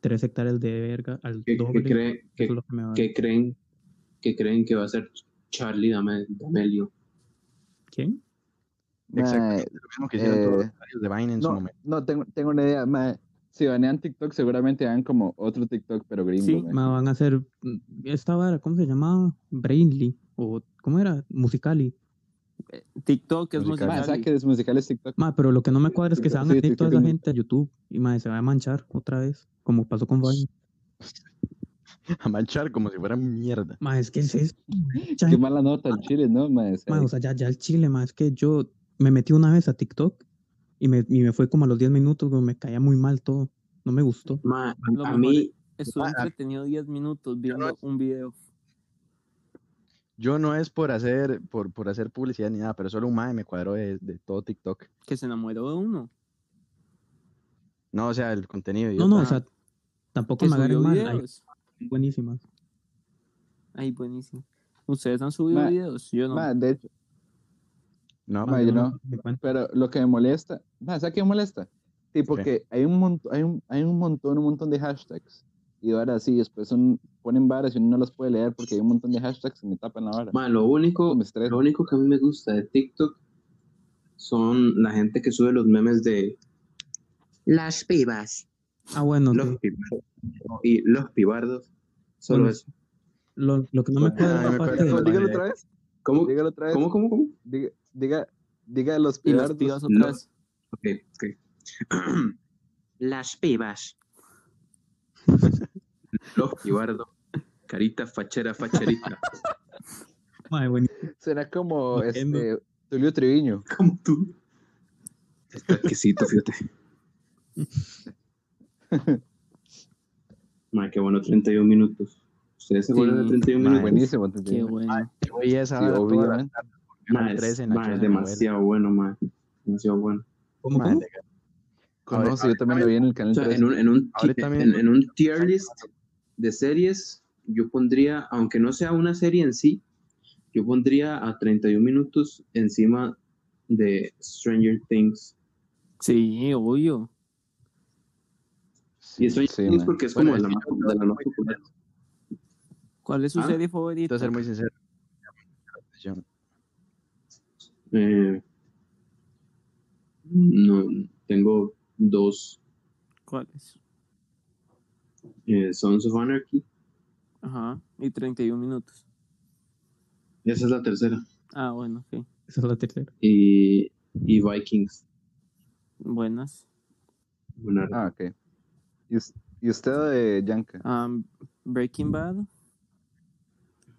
Speaker 4: Tres hectáreas de verga al
Speaker 2: ¿Qué, qué
Speaker 4: doble.
Speaker 2: cree-
Speaker 4: Eso
Speaker 2: qué-
Speaker 4: es lo que me vale.
Speaker 2: qué creen, qué creen que va a ser Charlie Dame- D'Amelio?
Speaker 4: ¿Quién?
Speaker 1: Mae,
Speaker 5: Exactamente lo mismo que hicieron
Speaker 1: eh,
Speaker 5: todos los usuarios de Vine en su
Speaker 1: No,
Speaker 5: momento.
Speaker 1: no tengo, tengo una idea. mae. Si banean TikTok, seguramente hagan como otro TikTok, pero gringo.
Speaker 3: Sí,
Speaker 1: mae.
Speaker 4: Ma, van a hacer mm, esta vara, ¿cómo se llamaba? Brainly. O, ¿cómo era? Musicali.
Speaker 3: TikTok es
Speaker 5: Musical.
Speaker 1: Mae,
Speaker 3: musical.
Speaker 1: ¿sabes que desmusicales TikTok?
Speaker 4: Ma, pero lo que no me cuadra es que se van a
Speaker 1: Sí,
Speaker 4: ir toda esa
Speaker 1: TikTok.
Speaker 4: gente a YouTube y ma, se va a manchar otra vez, como pasó con Vine.
Speaker 5: A manchar como si fuera mierda.
Speaker 4: Ma, es que es eso. Ya,
Speaker 1: Qué mala nota el chile, ¿no? mae? O sea,
Speaker 4: ma, o sea, ya, ya el chile, ma, es que yo me metí una vez a TikTok y me, y me fue como a los 10 minutos, güey, me caía muy mal todo. No me gustó.
Speaker 2: Mae,
Speaker 3: Lo
Speaker 2: a
Speaker 3: mejor
Speaker 2: mí,
Speaker 3: Estuve
Speaker 5: Ah, ah.
Speaker 3: entretenido 10 minutos viendo un video.
Speaker 5: Yo no es por hacer, por, por hacer publicidad ni nada, pero solo un mae me cuadró de, de todo TikTok.
Speaker 3: que se enamoró de uno.
Speaker 5: No, o sea, el contenido. y
Speaker 4: No,
Speaker 5: yo,
Speaker 4: no,
Speaker 5: ah,
Speaker 4: o sea, tampoco
Speaker 3: Que
Speaker 4: me agarré
Speaker 3: subió
Speaker 4: mal. hay
Speaker 3: videos.
Speaker 4: buenísimas.
Speaker 3: Ay, buenísimo. ¿Ustedes han subido
Speaker 1: Ma-
Speaker 3: videos? Yo no.
Speaker 1: mae, de hecho,
Speaker 5: no,
Speaker 4: Ma,
Speaker 1: mae,
Speaker 4: yo
Speaker 1: yo
Speaker 4: no
Speaker 1: no.
Speaker 4: me cuento.
Speaker 1: Pero lo que me molesta, mae, ¿sabes qué me molesta? Tipo
Speaker 5: ¿Qué?
Speaker 1: que hay un, montón, hay, un, hay un montón, un montón de hashtags. Y ahora sí, después son, ponen varas y uno no las puede leer porque hay un montón de hashtags y me tapan la vara.
Speaker 2: mae, lo único,
Speaker 1: Me estresa.
Speaker 2: lo único que a mí me gusta de TikTok son la gente que sube los memes de las pibas,
Speaker 4: Ah, bueno, sí.
Speaker 2: los pibardos y los pibardos. Solo
Speaker 4: Bueno.
Speaker 2: eso.
Speaker 4: Lo, lo que no me
Speaker 1: Ah,
Speaker 4: cuadra
Speaker 5: me
Speaker 4: aparte
Speaker 5: cuadra
Speaker 4: de-
Speaker 5: todo
Speaker 1: No,
Speaker 5: el
Speaker 1: dígalo
Speaker 5: vale.
Speaker 1: otra vez,
Speaker 2: ¿Cómo,
Speaker 1: dígalo otra vez.
Speaker 2: cómo, cómo, cómo?
Speaker 1: Diga, diga, diga los
Speaker 3: y las
Speaker 1: pibardos.
Speaker 3: pibas
Speaker 2: no.
Speaker 3: otra vez.
Speaker 2: Ok, ok. Las pibas. Los pibardos. Carita fachera, facherita.
Speaker 4: Ma, bueno,
Speaker 1: Será como
Speaker 4: Entiendo.
Speaker 1: este, Tulio Triviño.
Speaker 2: Como tú. Está quesito, fíjate. Madre, qué bueno, 31 minutos. ¿Ustedes
Speaker 3: Sí,
Speaker 2: se acuerdan de 31
Speaker 5: mae.
Speaker 2: minutos?
Speaker 1: Buenísimo.
Speaker 3: Qué
Speaker 1: entendido.
Speaker 3: bueno.
Speaker 5: yo veía esa
Speaker 1: Sí,
Speaker 5: vara todas las
Speaker 1: obviamente.
Speaker 5: tardes por Canal
Speaker 2: Mae, es-
Speaker 5: 13 en la
Speaker 2: mae, es
Speaker 5: choza de mi abuela.
Speaker 2: demasiado bueno, madre. Demasiado bueno.
Speaker 4: ¿cómo,
Speaker 5: Mae,
Speaker 4: cómo?
Speaker 5: legal.
Speaker 1: Como
Speaker 5: Ahora-
Speaker 1: si yo también lo vi en el canal
Speaker 2: O sea,
Speaker 1: 3.
Speaker 2: en un, en, un,
Speaker 5: Ahorita
Speaker 2: en-
Speaker 5: mismo.
Speaker 2: en un tier list de series, yo pondría, aunque no sea una serie en sí, yo pondría a 31 minutos encima de Stranger Things.
Speaker 3: Sí, obvio.
Speaker 2: Y Stranger
Speaker 1: sí,
Speaker 2: Things
Speaker 1: man.
Speaker 2: porque es
Speaker 5: Bueno,
Speaker 2: como de la
Speaker 5: es
Speaker 2: más
Speaker 5: que yo
Speaker 2: de la
Speaker 5: no
Speaker 2: más
Speaker 5: soy
Speaker 2: popular.
Speaker 3: ¿Cuál es su
Speaker 2: Ah,
Speaker 3: serie
Speaker 5: Te voy
Speaker 3: favorita?
Speaker 5: a ser muy sincero. Yo-
Speaker 2: Eh, no, tengo dos.
Speaker 3: ¿Cuál es?
Speaker 2: eh, Sons of Anarchy.
Speaker 3: Ajá. Y 31 minutos.
Speaker 2: Esa es la tercera.
Speaker 3: Ah, bueno, ok.
Speaker 4: Esa es la tercera.
Speaker 2: Y, y Vikings.
Speaker 3: Buenas.
Speaker 2: Bueno,
Speaker 1: Ah, ok. ¿Y, us- y usted de Yanka?
Speaker 3: Am, Breaking Bad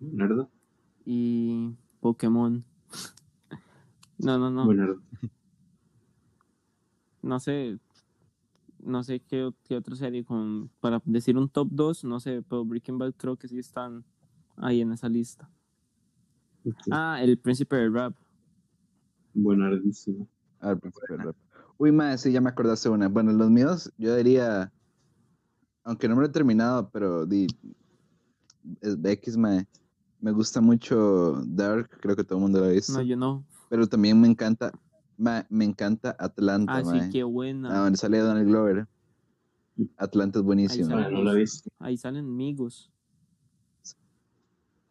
Speaker 2: Buenardo,
Speaker 3: y Pokémon. No, no, no.
Speaker 2: Buenardo.
Speaker 3: No sé. No sé qué, qué otra serie con, para decir un top 2, no sé, pero Breaking Bad creo que sí están ahí en esa lista.
Speaker 2: Ok.
Speaker 3: Ah, El Príncipe del Rap.
Speaker 2: Buenardísimo.
Speaker 7: A ver, pues, pero- Uy, madre, sí, ya me acordaste una. Bueno, los míos, yo diría, aunque no me lo he terminado, pero di, es X, mae. Me gusta mucho Dark, creo que todo el mundo lo ha visto.
Speaker 3: No, yo no.
Speaker 7: Pero también me encanta, mae, me encanta Atlanta,
Speaker 3: Ah, sí,
Speaker 7: mae.
Speaker 3: qué
Speaker 7: Ah,
Speaker 3: buena.
Speaker 7: donde sale Donald Glover. Atlanta es buenísimo.
Speaker 3: sale.
Speaker 2: Bueno, Ah, no la viste.
Speaker 3: Ahí salen amigos.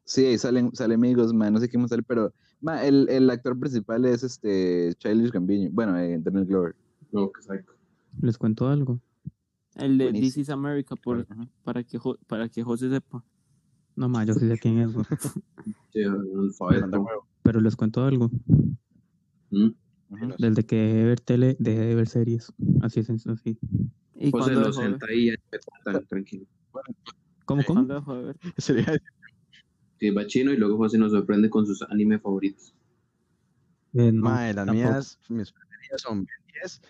Speaker 7: Sí, ahí salen, sale amigos, mae, no sé quién más sale, pero mae, el, el actor principal es este Childish Gambino. Bueno, eh, Donald Glover.
Speaker 2: No, que saco.
Speaker 4: Les cuento algo.
Speaker 3: El de
Speaker 7: Buenísimo.
Speaker 3: This is America, por, para, que, Jo- para que José sepa.
Speaker 4: No, ma, yo sí sé quién es, güey.
Speaker 2: Sí, un
Speaker 5: Oye,
Speaker 2: favor.
Speaker 5: manda huevo.
Speaker 4: Pero les cuento algo.
Speaker 2: ¿Mm?
Speaker 7: Ujú.
Speaker 4: Desde que dejé de ver tele, dejé de ver series. Así es, así.
Speaker 3: Y
Speaker 2: José,
Speaker 3: cuando
Speaker 2: lo
Speaker 3: dejó, de ver-
Speaker 2: senta ahí, ya me tratan, tranquilo.
Speaker 4: ¿Cómo, cómo?
Speaker 3: cuando dejó de ver.
Speaker 5: Sería
Speaker 2: Sí, va chino y luego José nos sorprende con sus anime favoritos.
Speaker 4: Eh, no,
Speaker 5: Mae, las
Speaker 4: tampoco.
Speaker 5: mías, mis preferidas son Ben 10.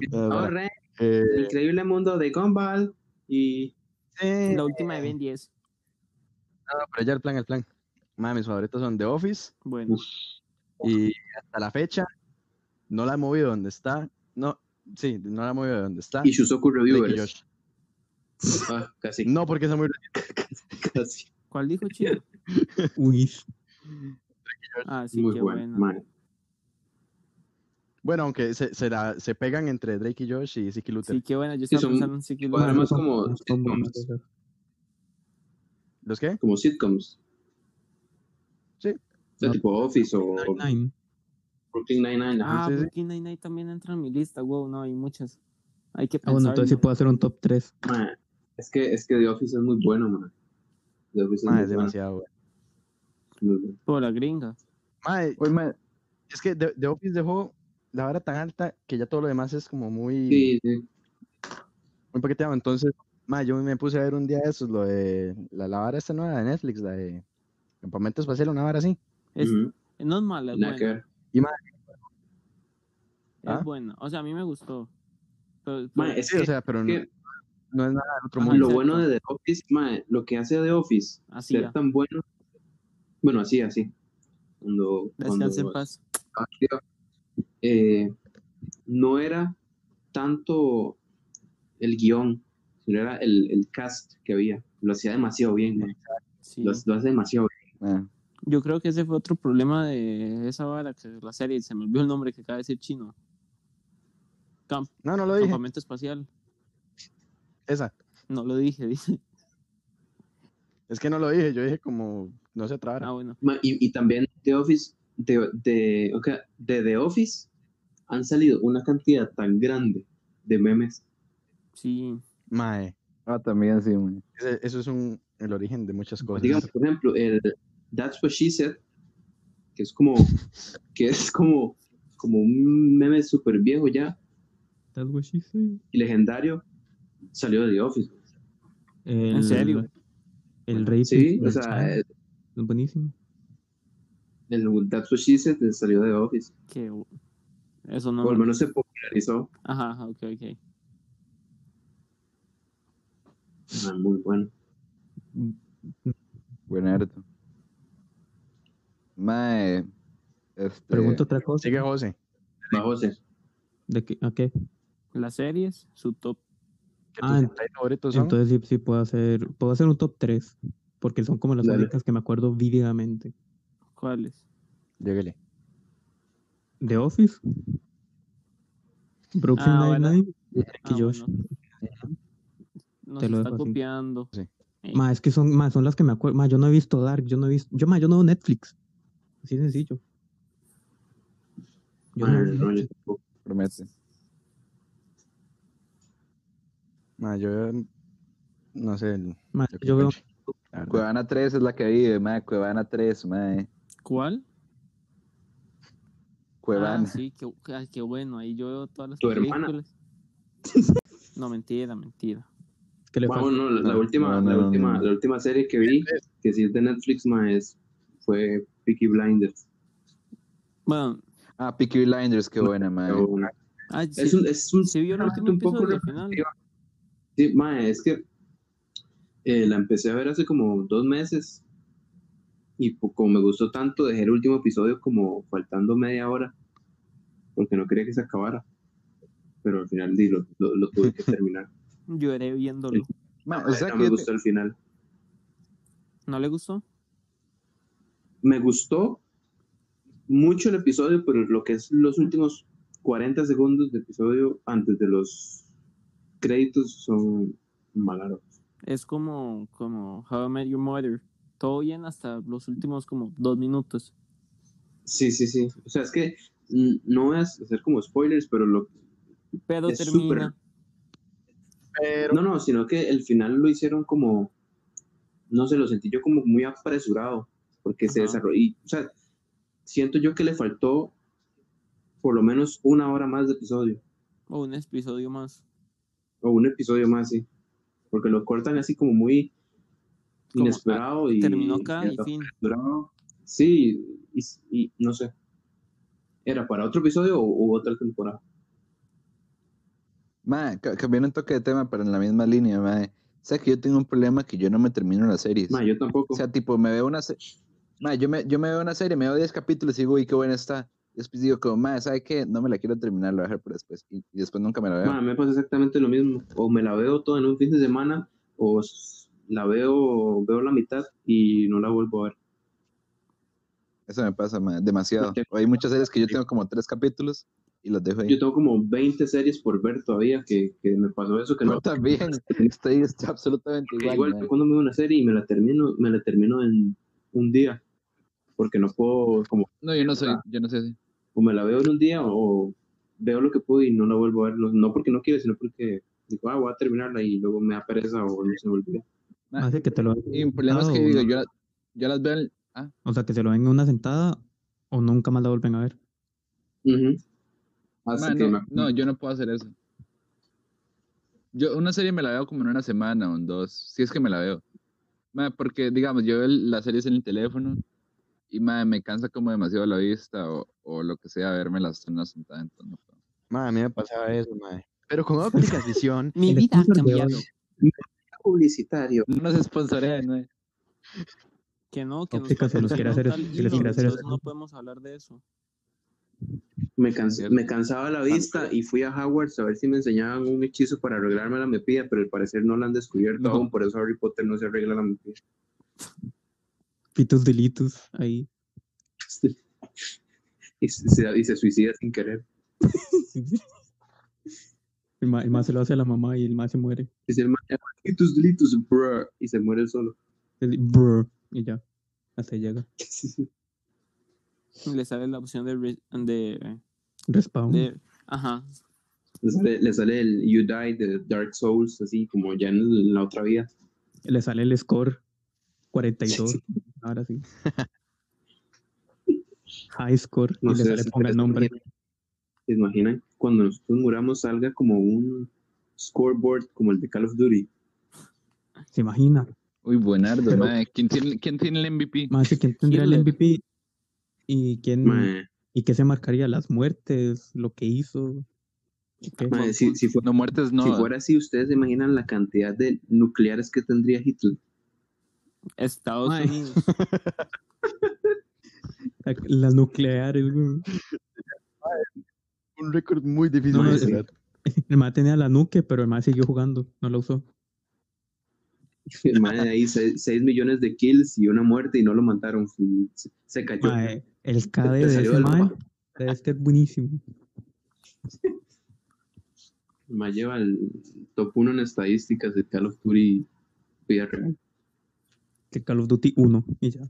Speaker 5: Eh, bueno,
Speaker 2: Corre,
Speaker 5: eh,
Speaker 2: el increíble mundo de Gumball y
Speaker 5: sí,
Speaker 3: La última de Ben 10.
Speaker 5: no, pero ya el plan, el plan. Mae, mis favoritos son The Office
Speaker 3: Bueno,
Speaker 5: y hasta la fecha no la he movido de donde está. No, sí, no la he movido de donde está.
Speaker 2: y Shusoku
Speaker 5: Drake y
Speaker 2: Reviewers.
Speaker 5: Josh.
Speaker 2: Ah, casi,
Speaker 5: No, porque es muy
Speaker 2: casi.
Speaker 3: ¿cuál dijo Chino?
Speaker 4: Uy,
Speaker 3: Ah, sí,
Speaker 2: Muy
Speaker 3: qué
Speaker 2: bueno.
Speaker 3: buena.
Speaker 2: man.
Speaker 5: Bueno, aunque se, se, la, se pegan entre Drake y Josh y Siki Luther.
Speaker 3: Sí, qué buena. Yo
Speaker 2: Sí,
Speaker 3: estaba
Speaker 2: son-
Speaker 3: pensando en Siki
Speaker 2: son
Speaker 3: Luther.
Speaker 2: más como sitcoms.
Speaker 5: ¿Los qué?
Speaker 2: Como sitcoms.
Speaker 5: Sí.
Speaker 2: O sea, tipo Office o
Speaker 4: Nine.
Speaker 2: Brooklyn Nine-Nine. ajá.
Speaker 3: Ah,
Speaker 5: sí, sí.
Speaker 3: Brooklyn Nine-Nine también entra en mi lista. Wow, no, hay muchas. Hay que
Speaker 4: Ah,
Speaker 3: pensar.
Speaker 4: bueno, entonces sí puedo hacer un top 3.
Speaker 5: Ah.
Speaker 2: Man, Es que, es que The Office es muy bueno, man. The Office es
Speaker 5: Mae,
Speaker 2: muy
Speaker 5: es
Speaker 2: bueno,
Speaker 5: demasiado, güey.
Speaker 2: muy bueno.
Speaker 3: Por la gringa.
Speaker 5: Mae,
Speaker 7: Uy, mae,
Speaker 5: es que The, The Office dejó la vara tan alta que ya todo lo demás es como muy...
Speaker 2: Sí, sí.
Speaker 5: muy paqueteado. Entonces, ma, yo me puse a ver un día de esos, lo de la, la vara esta nueva de Netflix, la de Campamento Espacial, una vara así.
Speaker 3: Es,
Speaker 2: Ujú,
Speaker 3: No es mala, es
Speaker 2: Nada que
Speaker 3: buena.
Speaker 2: ver.
Speaker 5: ¿Ah?
Speaker 3: Es buena. O sea, a mí me gustó. Pero, pero-
Speaker 2: Man, es
Speaker 5: Sí, o
Speaker 2: que
Speaker 5: sea, pero no,
Speaker 2: que-
Speaker 5: no es nada del otro
Speaker 3: Ajá,
Speaker 5: mundo.
Speaker 2: lo
Speaker 3: exacto.
Speaker 2: bueno de The Office, man, lo que hace The Office,
Speaker 3: así
Speaker 2: ser
Speaker 3: ya.
Speaker 2: tan bueno. Bueno, así, así. Cuando, cuando
Speaker 3: Descansa en paz.
Speaker 2: eh, no era tanto el guión, sino era el, el cast que había. Lo hacía demasiado bien, man.
Speaker 3: Sí.
Speaker 2: Lo, lo hace demasiado bien.
Speaker 7: ah,
Speaker 3: Yo creo que ese fue otro problema de esa vara, que la serie, se me olvidó el nombre que acaba de decir chino. Camp-
Speaker 5: No, no lo dije.
Speaker 3: campamento espacial.
Speaker 5: Esa.
Speaker 3: No lo dije, dice.
Speaker 5: Es que no lo dije. Yo dije como, no sé, otra vara.
Speaker 3: Ah, bueno.
Speaker 2: Ma, Y, y también The Office, de, de, ok, de The Office han salido una cantidad tan grande de memes.
Speaker 3: Sí.
Speaker 5: Mae,
Speaker 7: ah, también sí, mae.
Speaker 5: ese- eso es un, el origen de muchas cosas.
Speaker 2: Digamos, por ejemplo, el That's What She Said, que es como, que es como, como un meme súper viejo ya
Speaker 4: That's what she said.
Speaker 2: y legendario, salió de The Office.
Speaker 4: El-
Speaker 3: ¿En serio?
Speaker 4: El rey.
Speaker 2: Sí, o sea, eh,
Speaker 4: Es
Speaker 2: el,
Speaker 4: buenísimo.
Speaker 2: el That's What She Said salió de The Office.
Speaker 3: Que... Eso no.
Speaker 2: O al menos se popularizó.
Speaker 3: Ajá, ajá, ok, ok.
Speaker 2: Ma, Ah, muy bueno.
Speaker 7: Buen harto. Mae, este,
Speaker 4: Pregunto otra cosa.
Speaker 5: Sigue José.
Speaker 2: Va, José.
Speaker 4: ¿De qué? ¿A qué?
Speaker 3: Las series, su top.
Speaker 5: que
Speaker 4: Ah,
Speaker 5: tus
Speaker 4: ent-
Speaker 5: hentai favoritos son?
Speaker 4: Entonces sí, sí puedo hacer. Puedo hacer un top 3. Porque son como las
Speaker 2: Dale.
Speaker 4: únicas que me acuerdo vívidamente.
Speaker 3: ¿Cuáles?
Speaker 5: Lléguele.
Speaker 4: The Office. Brooklyn
Speaker 3: Ah, bueno.
Speaker 4: Nine-Nine.
Speaker 3: Ah,
Speaker 4: Josh.
Speaker 3: bueno. Nos
Speaker 4: Te lo
Speaker 3: está
Speaker 4: dejo así.
Speaker 3: copiando.
Speaker 5: Sí.
Speaker 3: Eh,
Speaker 4: Ma, es que son, ma, son las que me acuerdo. Ma, yo no he visto Dark, yo no he visto. Yo, ma, yo no veo Netflix. Así de sencillo. Yo no
Speaker 2: Ma,
Speaker 4: veo
Speaker 2: no, yo
Speaker 4: Netflix.
Speaker 2: tampoco.
Speaker 7: promete.
Speaker 5: Mae, yo no sé. el-
Speaker 4: Ma,
Speaker 5: lo que
Speaker 4: yo veo.
Speaker 5: encuentre, la verdad.
Speaker 7: Cuevana 3 es la que vive, mae. Cuevana 3, mae.
Speaker 3: ¿Cuál?
Speaker 7: Cuevana.
Speaker 3: Ah, sí, qué, ah, qué bueno. Ahí yo veo todas las
Speaker 2: Tu hermana.
Speaker 3: películas. No, mentira, mentira.
Speaker 4: que le
Speaker 2: Ma,
Speaker 4: falta?
Speaker 2: bueno, la, la
Speaker 7: No,
Speaker 2: última,
Speaker 7: no,
Speaker 2: la
Speaker 7: no,
Speaker 2: última,
Speaker 7: no.
Speaker 2: la última serie que vi, que sí es de Netflix, ma, es, fue Peaky Blinders.
Speaker 3: Bueno,
Speaker 7: Ah, Peaky Blinders, qué buena, mae.
Speaker 2: Pero,
Speaker 3: ah, sí,
Speaker 2: es un, es un,
Speaker 3: sí vio el
Speaker 2: un
Speaker 3: último
Speaker 2: poco
Speaker 3: episodio al final.
Speaker 2: repetitivo. sí, ma, es que eh, la empecé a ver hace como dos meses y po- como me gustó tanto, dejé el último episodio como faltando media hora, porque no quería que se acabara. Pero al final di, lo, lo- lo tuve que terminar.
Speaker 3: Lloré viéndolo.
Speaker 7: Ma, o sea
Speaker 2: no
Speaker 7: que
Speaker 2: me
Speaker 7: yo te-
Speaker 2: gustó el final.
Speaker 3: ¿No le gustó?
Speaker 2: Me gustó mucho el episodio, pero lo que es los últimos 40 segundos de episodio antes de los créditos son malaros.
Speaker 3: Es como, como How I Met Your Mother. Todo bien hasta los últimos como dos minutos.
Speaker 2: Sí, sí, sí. O sea, es que mm, no es hacer como spoilers, pero lo,
Speaker 3: Pero
Speaker 2: Es
Speaker 3: termina.
Speaker 5: Pero
Speaker 2: No, no, sino que el final lo hicieron como, no sé, lo sentí yo como muy apresurado, porque se
Speaker 3: Ajá.
Speaker 2: desarrolló, y, o sea, siento yo que le faltó por lo menos una hora más de episodio,
Speaker 3: O un episodio más.
Speaker 2: o un episodio más, sí, porque lo cortan así como muy
Speaker 3: Como, ah,
Speaker 2: inesperado y...
Speaker 3: Terminó acá y
Speaker 2: y
Speaker 3: fin.
Speaker 2: apresurado. Sí, y, y no sé, ¿era para otro episodio o u otra temporada?
Speaker 7: Ma, ca- cambiando un toque de tema, pero en la misma línea, ma. O sea que yo tengo un problema que yo no me termino las series.
Speaker 2: Ma, yo tampoco.
Speaker 7: O sea, tipo, me veo una serie. yo me, yo me veo una serie, me veo 10 capítulos y digo, uy, qué buena está. Después digo, como, ma, ¿sabe qué? No me la quiero terminar, la voy a dejar por después. Y, y después nunca me la veo.
Speaker 2: Ma, me pasa exactamente lo mismo. O me la veo toda en un fin de semana, o s- la veo, veo la mitad y no la vuelvo a ver.
Speaker 7: Eso me pasa, ma, demasiado.
Speaker 2: Porque-
Speaker 7: O hay muchas series que yo tengo como 3 capítulos y los dejo ahí.
Speaker 2: Yo tengo como 20 series por ver todavía que, que me pasó eso, que
Speaker 7: Yo
Speaker 2: no.
Speaker 7: también estoy, estoy absolutamente
Speaker 2: que
Speaker 7: igual.
Speaker 2: igual
Speaker 1: eh.
Speaker 7: ma.
Speaker 2: que cuando me veo una serie y me la termino, me la termino en un día. Porque no puedo, como,
Speaker 1: No, yo no soy,
Speaker 2: Ah.
Speaker 1: yo no soy así.
Speaker 2: o me la veo en un día o veo lo que pude y no la vuelvo a ver. No, no porque no quiero, sino porque digo, ah, voy a terminarla y luego me da pereza o no se me olvida.
Speaker 1: Ma,
Speaker 4: Más de que te lo
Speaker 1: Y el problema es que
Speaker 4: Ah,
Speaker 1: digo,
Speaker 4: no.
Speaker 1: yo, yo las veo en-
Speaker 4: O sea, que se lo ven en una sentada o nunca más la vuelven a ver.
Speaker 2: Ujú. Así
Speaker 1: Ma,
Speaker 2: que
Speaker 1: no,
Speaker 2: me-
Speaker 1: no, yo no puedo hacer eso. Yo una serie me la veo como en una semana o en dos, si es que me la veo. Ma, porque, digamos, yo veo el- las series en el teléfono y ma, me cansa como demasiado la vista o, o lo que sea, verme las zonas sentadas. entonces no puedo.
Speaker 5: ma, a mí me pasaba eso, ma. Pero con ópticas visión,
Speaker 3: Mi
Speaker 4: El
Speaker 3: vida ha
Speaker 4: sponsor de hoy.
Speaker 3: cambiado.
Speaker 2: publicitario.
Speaker 1: No nos sponsorean, ma.
Speaker 3: Que no, que
Speaker 4: Óptica, si nos
Speaker 3: patrocinó
Speaker 4: quiere hacer es-
Speaker 3: tal
Speaker 4: si nos
Speaker 3: hilo,
Speaker 4: quiere hacer es-
Speaker 3: entonces no podemos hablar de eso.
Speaker 2: Me, cansa-
Speaker 1: Cierto.
Speaker 2: me cansaba la vista y fui a Hogwarts a ver si me enseñaban un hechizo para arreglarme la miopía, pero al parecer no la han descubierto
Speaker 1: No.
Speaker 2: aún, por eso Harry Potter no se arregla la miopía.
Speaker 4: Pitos delitos ahí.
Speaker 2: Y se, y se suicida sin querer.
Speaker 4: El ma- el más se lo hace a la mamá y el más se muere.
Speaker 2: Dice el man, "Y tus delitos, bruh", y se muere solo.
Speaker 4: El- brr, y ya. Hasta ahí llega.
Speaker 3: Le sale la opción de... re- de,
Speaker 4: Respawn.
Speaker 3: de- ajá.
Speaker 2: Le sale, le sale el You Die de Dark Souls, así como ya en la otra vida.
Speaker 4: Le sale el score 42. Ahora sí. High score.
Speaker 2: No
Speaker 4: y le
Speaker 2: sé,
Speaker 4: sale,
Speaker 2: ¿se-
Speaker 4: ponga el
Speaker 2: se
Speaker 4: nombre.
Speaker 2: imaginan- ¿Se imaginan cuando nosotros muramos salga como un scoreboard como el de Call of Duty?
Speaker 4: ¿Se imagina?
Speaker 1: Uy, buenardo,
Speaker 4: Pero-
Speaker 1: ma. ¿Quién tiene, ¿Quién tiene el MVP?
Speaker 4: Más que quién tendría el
Speaker 1: Hitler.
Speaker 4: MVP y quién
Speaker 2: Mae,
Speaker 4: y qué se marcaría las muertes, lo que hizo. ¿Qué?
Speaker 2: mae, si, si fue-
Speaker 1: No muertes, no.
Speaker 2: Si fuera así, ¿ustedes se imaginan la cantidad de nucleares que tendría Hitler?
Speaker 3: Estados
Speaker 4: Ay.
Speaker 3: Unidos.
Speaker 4: Las nucleares. güey.
Speaker 5: un récord muy difícil.
Speaker 2: No,
Speaker 5: de
Speaker 4: no,
Speaker 5: superar.
Speaker 4: El más tenía la nuque, pero el más siguió jugando, no la usó.
Speaker 2: El man de ahí 6 millones de kills y una muerte y no lo mataron. Se, se cayó.
Speaker 4: Mae, el KD
Speaker 2: Te
Speaker 4: de
Speaker 2: salió del
Speaker 4: ese mae
Speaker 2: mapa.
Speaker 4: debe ser buenísimo.
Speaker 2: El man lleva el top 1 en estadísticas de Call of Duty. vida real.
Speaker 4: Que Call of Duty 1 y ya.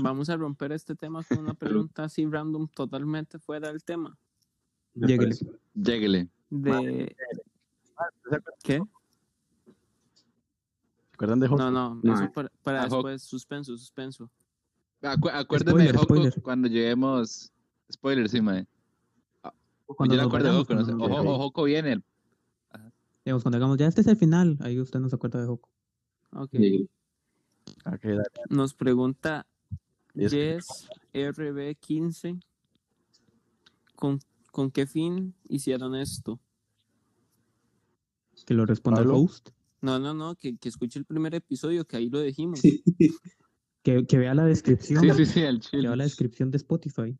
Speaker 3: Vamos a romper este tema con una pregunta así random, totalmente fuera del tema.
Speaker 2: Me
Speaker 4: Lléguele.
Speaker 2: parece.
Speaker 1: Lléguele.
Speaker 3: De... ¿Qué?
Speaker 5: ¿Se acuerdan de Hulk?
Speaker 3: No, no,
Speaker 2: No.
Speaker 3: eso para, para
Speaker 1: Ah, Hulk.
Speaker 3: después, suspenso, suspenso.
Speaker 1: Acu- acuérdame de
Speaker 4: Spoiler,
Speaker 1: Joco
Speaker 4: spoiler.
Speaker 1: cuando lleguemos. Spoiler, sí, ma.
Speaker 4: Cuando
Speaker 1: yo me
Speaker 4: nos
Speaker 1: acuerdo de
Speaker 4: vayamos,
Speaker 1: Joco. No sé.
Speaker 4: cuando
Speaker 1: O,
Speaker 4: nos
Speaker 1: Jo- o
Speaker 4: vayamos.
Speaker 1: Joco viene el
Speaker 4: Digamos, cuando hagamos, ya este es el final, ahí usted no se acuerda de Joco.
Speaker 3: Ok.
Speaker 2: Lléguele.
Speaker 5: Ah, que dale.
Speaker 3: Nos pregunta
Speaker 5: Es que-
Speaker 3: Jess RB15 ¿con, con qué fin hicieron esto?
Speaker 4: Que lo responda el
Speaker 5: Pablo.
Speaker 4: host.
Speaker 3: No, no, no, que, que escuche el primer episodio, que ahí lo dijimos.
Speaker 4: Que, que vea la descripción.
Speaker 1: Sí, sí, sí, el
Speaker 4: Que
Speaker 1: chile.
Speaker 4: vea la descripción de Spotify.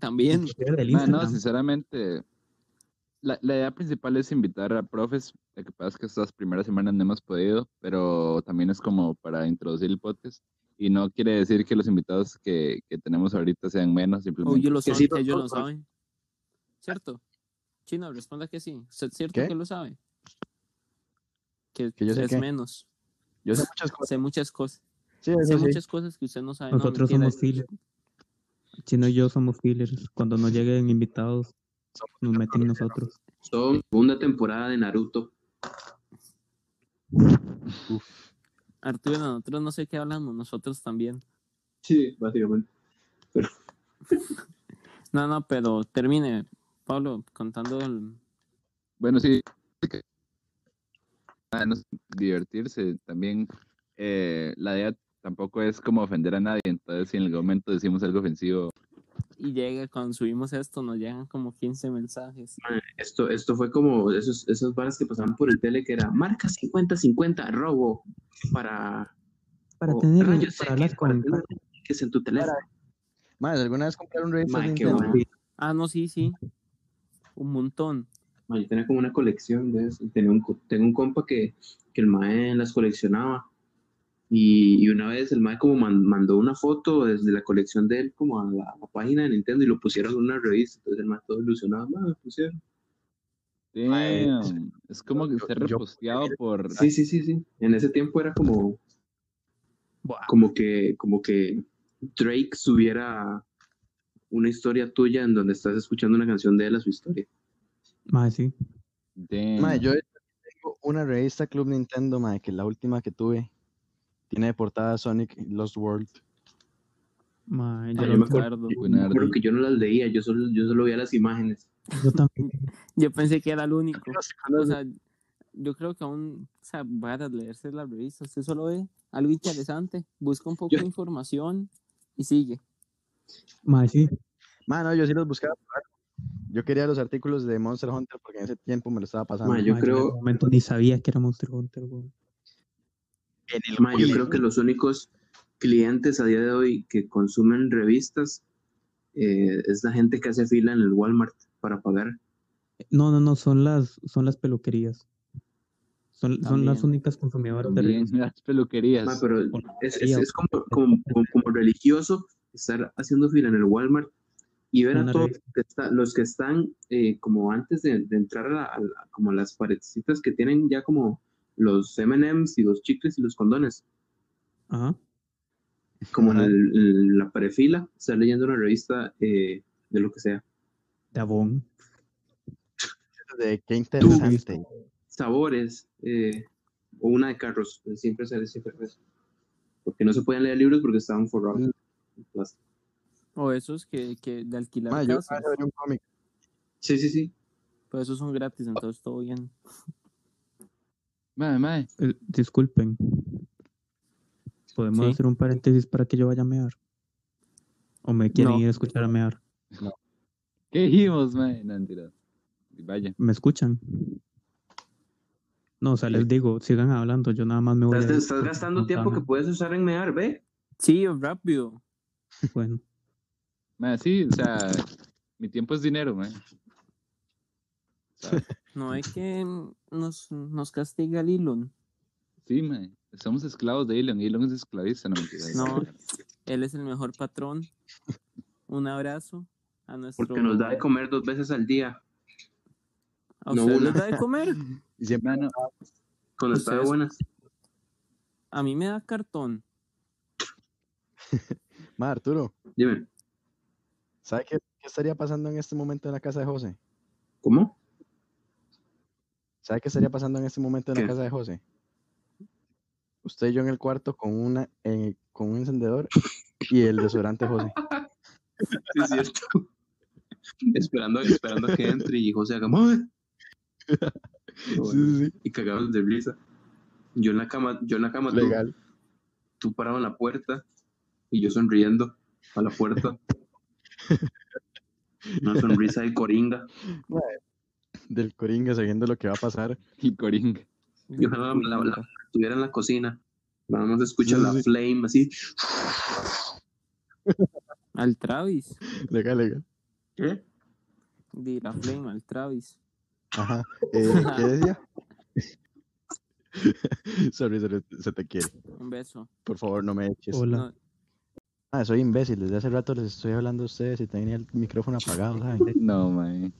Speaker 3: También.
Speaker 4: Que vea del
Speaker 1: Ma, no,
Speaker 4: Instagram.
Speaker 1: sinceramente, la, la idea principal es invitar a profes. Lo que pasa es que estas primeras semanas no hemos podido, pero también es como para introducir el podcast. Y no quiere decir que los invitados que, que tenemos ahorita sean menos,
Speaker 3: O
Speaker 1: simplemente.
Speaker 3: ellos lo saben,
Speaker 2: sí,
Speaker 3: ellos lo
Speaker 2: doctor.
Speaker 3: saben. ¿Cierto? Chino, responda que sí. ¿Usted es cierto
Speaker 5: ¿Qué?
Speaker 3: que lo sabe? Que,
Speaker 5: ¿Que yo sé
Speaker 3: es
Speaker 5: qué?
Speaker 3: menos.
Speaker 5: Yo sé muchas cosas.
Speaker 3: Sé muchas cosas.
Speaker 5: Sí,
Speaker 3: Sé
Speaker 5: eso sí.
Speaker 3: muchas cosas que usted no sabe. No,
Speaker 4: Nosotros
Speaker 3: mentira.
Speaker 4: somos fillers. Chino y yo somos fillers. Cuando nos lleguen invitados, nos meten nosotros.
Speaker 2: Son segunda temporada de Naruto.
Speaker 3: Arturo, nosotros no sé qué hablamos, nosotros también.
Speaker 2: Sí, básicamente.
Speaker 3: No, no, pero termine, Pablo, contando el...
Speaker 1: Bueno, sí. que- ah, no sé, divertirse también. eh, la idea tampoco es como ofender a nadie. Entonces, si en algún momento decimos algo ofensivo,
Speaker 3: Y llega, cuando subimos esto, nos llegan como 15 mensajes.
Speaker 2: Esto, esto fue como esos, esas varas que pasaban por el tele que era marca 50-50, robo para,
Speaker 4: Para
Speaker 2: o,
Speaker 4: tener
Speaker 2: "Ah, yo sé
Speaker 4: para
Speaker 2: que-
Speaker 4: hablar
Speaker 2: para
Speaker 4: con
Speaker 2: tener que es en tu teléfono.
Speaker 5: Más, ¿alguna vez compraron revistas
Speaker 2: Mae,
Speaker 5: de
Speaker 2: qué
Speaker 5: Nintendo?
Speaker 2: bueno.
Speaker 3: Ah, no, sí, sí. Un montón.
Speaker 2: Ma, yo tenía como una colección de eso. Tenía un, co- tengo un compa que, que el mae las coleccionaba. Y, y una vez el mae como man- mandó una foto desde la colección de él como a la, a la página de Nintendo y lo pusieron en una revista. Entonces el mae pues todo ilusionado, "Ma, me pusieron".
Speaker 5: Mae,
Speaker 1: damn, es como que
Speaker 5: yo-
Speaker 1: esté
Speaker 5: yo-
Speaker 1: reposteado por.
Speaker 2: Sí, sí, sí, sí. En ese tiempo era como,
Speaker 4: Buah.
Speaker 2: como que, como que Drake subiera una historia tuya en donde estás escuchando una canción de él a su historia.
Speaker 4: Mae, sí.
Speaker 1: Damn.
Speaker 5: Mae,
Speaker 2: Mm.
Speaker 5: yo tengo una revista Club Nintendo, mae, que la última que tuve tiene de portada Sonic Lost World.
Speaker 3: Ah,
Speaker 4: Mae, yo,
Speaker 3: yo
Speaker 4: lo
Speaker 3: me
Speaker 4: usaba.
Speaker 3: acuerdo.
Speaker 1: Buenardo.
Speaker 2: Creo que yo no las leía, yo solo, yo solo veía las imágenes.
Speaker 4: Yo también.
Speaker 3: Yo pensé que era el único. O
Speaker 5: no
Speaker 3: sea, yo creo que aún, o sea, para leerse la revista, usted solo ve algo interesante, busca un poco
Speaker 2: Yo-
Speaker 3: de información y sigue.
Speaker 4: Mae, sí.
Speaker 5: Mae, no, yo sí los buscaba. por algo. Yo quería los artículos de Monster Hunter porque en ese tiempo me lo estaba pasando.
Speaker 2: Mae, yo
Speaker 4: Mae, En
Speaker 2: creo,
Speaker 4: ese momento ni sabía que era Monster Hunter, weón.
Speaker 2: Ma, yo creo que los únicos clientes a día de hoy que consumen revistas eh, es la gente que hace fila en el Walmart para pagar.
Speaker 4: No, no, no, son las, son las peluquerías. Son, son las
Speaker 3: También.
Speaker 4: únicas consumidoras de
Speaker 1: También
Speaker 4: revistas.
Speaker 1: las peluquerías.
Speaker 2: Ma, pero
Speaker 4: Por
Speaker 2: es, es-
Speaker 4: peluquería,
Speaker 2: es como, como- como- como religioso estar haciendo fila en el Walmart y ver a
Speaker 4: Una
Speaker 2: todos
Speaker 4: revista.
Speaker 2: los que, está- los que están eh, como antes de, de entrar a, la- a la- como a las paredcitas que tienen ya como los M&M's y los chicles y los condones,
Speaker 4: Ajá.
Speaker 2: como en,
Speaker 5: Ajá.
Speaker 2: el- en la parefila, estar leyendo una revista eh, de lo que sea.
Speaker 4: De Avon.
Speaker 5: de qué interesante.
Speaker 2: sabores eh, o una de carros. pues, Siempre sale, siempre es. Porque no se pueden leer libros porque estaban forrados. en plástico.
Speaker 3: O esos que, que de alquilar
Speaker 2: Ah,
Speaker 5: Mae, yo
Speaker 3: casas,
Speaker 5: acabo de ver un cómic.
Speaker 2: Sí, sí, sí.
Speaker 3: pero esos son gratis, entonces todo bien.
Speaker 1: Mae, mae.
Speaker 4: Eh, disculpen. ¿Podemos
Speaker 3: Sí.
Speaker 4: hacer un paréntesis para que yo vaya a mear? ¿O me quieren
Speaker 3: No.
Speaker 4: ir a escuchar a mear?
Speaker 1: ¿Qué dijimos, mae? No, mentira. Vaya.
Speaker 4: ¿Me escuchan? No, o sea, les digo, sigan hablando, yo nada más me voy a...
Speaker 2: Estás,
Speaker 4: ir.
Speaker 2: estás gastando tiempo que puedes usar en mear, ve.
Speaker 3: Sí, rápido.
Speaker 4: Bueno,
Speaker 1: Mae, sí, o sea, mi tiempo es dinero, mae. ¿Sabes?
Speaker 3: No es que nos, nos castiga el Elon.
Speaker 1: Sí, mae. Somos esclavos de Elon. Elon es esclavista, no mentira.
Speaker 3: No, él es el mejor patrón. Un abrazo a nuestro.
Speaker 2: Porque nos da de comer dos veces al día.
Speaker 3: ¿A
Speaker 2: no
Speaker 3: ustedes
Speaker 2: una.
Speaker 3: les da de comer?
Speaker 5: Y siempre
Speaker 1: Mae, no.
Speaker 2: Cuando está de
Speaker 3: Ustedes-
Speaker 2: buenas.
Speaker 3: A mí me da cartón.
Speaker 5: Mae, Arturo,
Speaker 2: Dime,
Speaker 5: ¿sabe qué, qué estaría pasando en este momento en la casa de José?
Speaker 2: ¿cómo?
Speaker 5: ¿Sabe qué estaría pasando en este momento en
Speaker 2: ¿Qué?
Speaker 5: la casa de José? Usted y yo en el cuarto con una eh, con un encendedor y el desodorante José.
Speaker 2: Sí, es cierto. esperando, esperando que entre y José haga "Mae".
Speaker 5: Sí, sí, sí.
Speaker 2: Y cagados de risa. Yo en la cama, yo en la cama, tú,
Speaker 5: Legal.
Speaker 2: tú parado en la puerta y yo sonriendo a la puerta. Una sonrisa de coringa.
Speaker 5: Del Coringa sabiendo lo que va a pasar.
Speaker 1: Y Coringa.
Speaker 2: Y ojalá la, la- la tuviera en la cocina. Nada más escucha
Speaker 5: Sí,
Speaker 2: la
Speaker 5: sí.
Speaker 2: flame así.
Speaker 3: Al Travis.
Speaker 5: Legal, legal.
Speaker 2: ¿Qué?
Speaker 3: Di la Flame, al Travis.
Speaker 5: Ajá. Eh, ¿Qué decía? sorry, sorry, se te quiere.
Speaker 3: Un beso.
Speaker 5: Por favor, no me eches.
Speaker 4: Hola.
Speaker 3: No,
Speaker 5: Ah, soy imbécil. Desde hace rato les estoy hablando a ustedes y tenía el micrófono apagado, ¿saben?
Speaker 1: No, mae.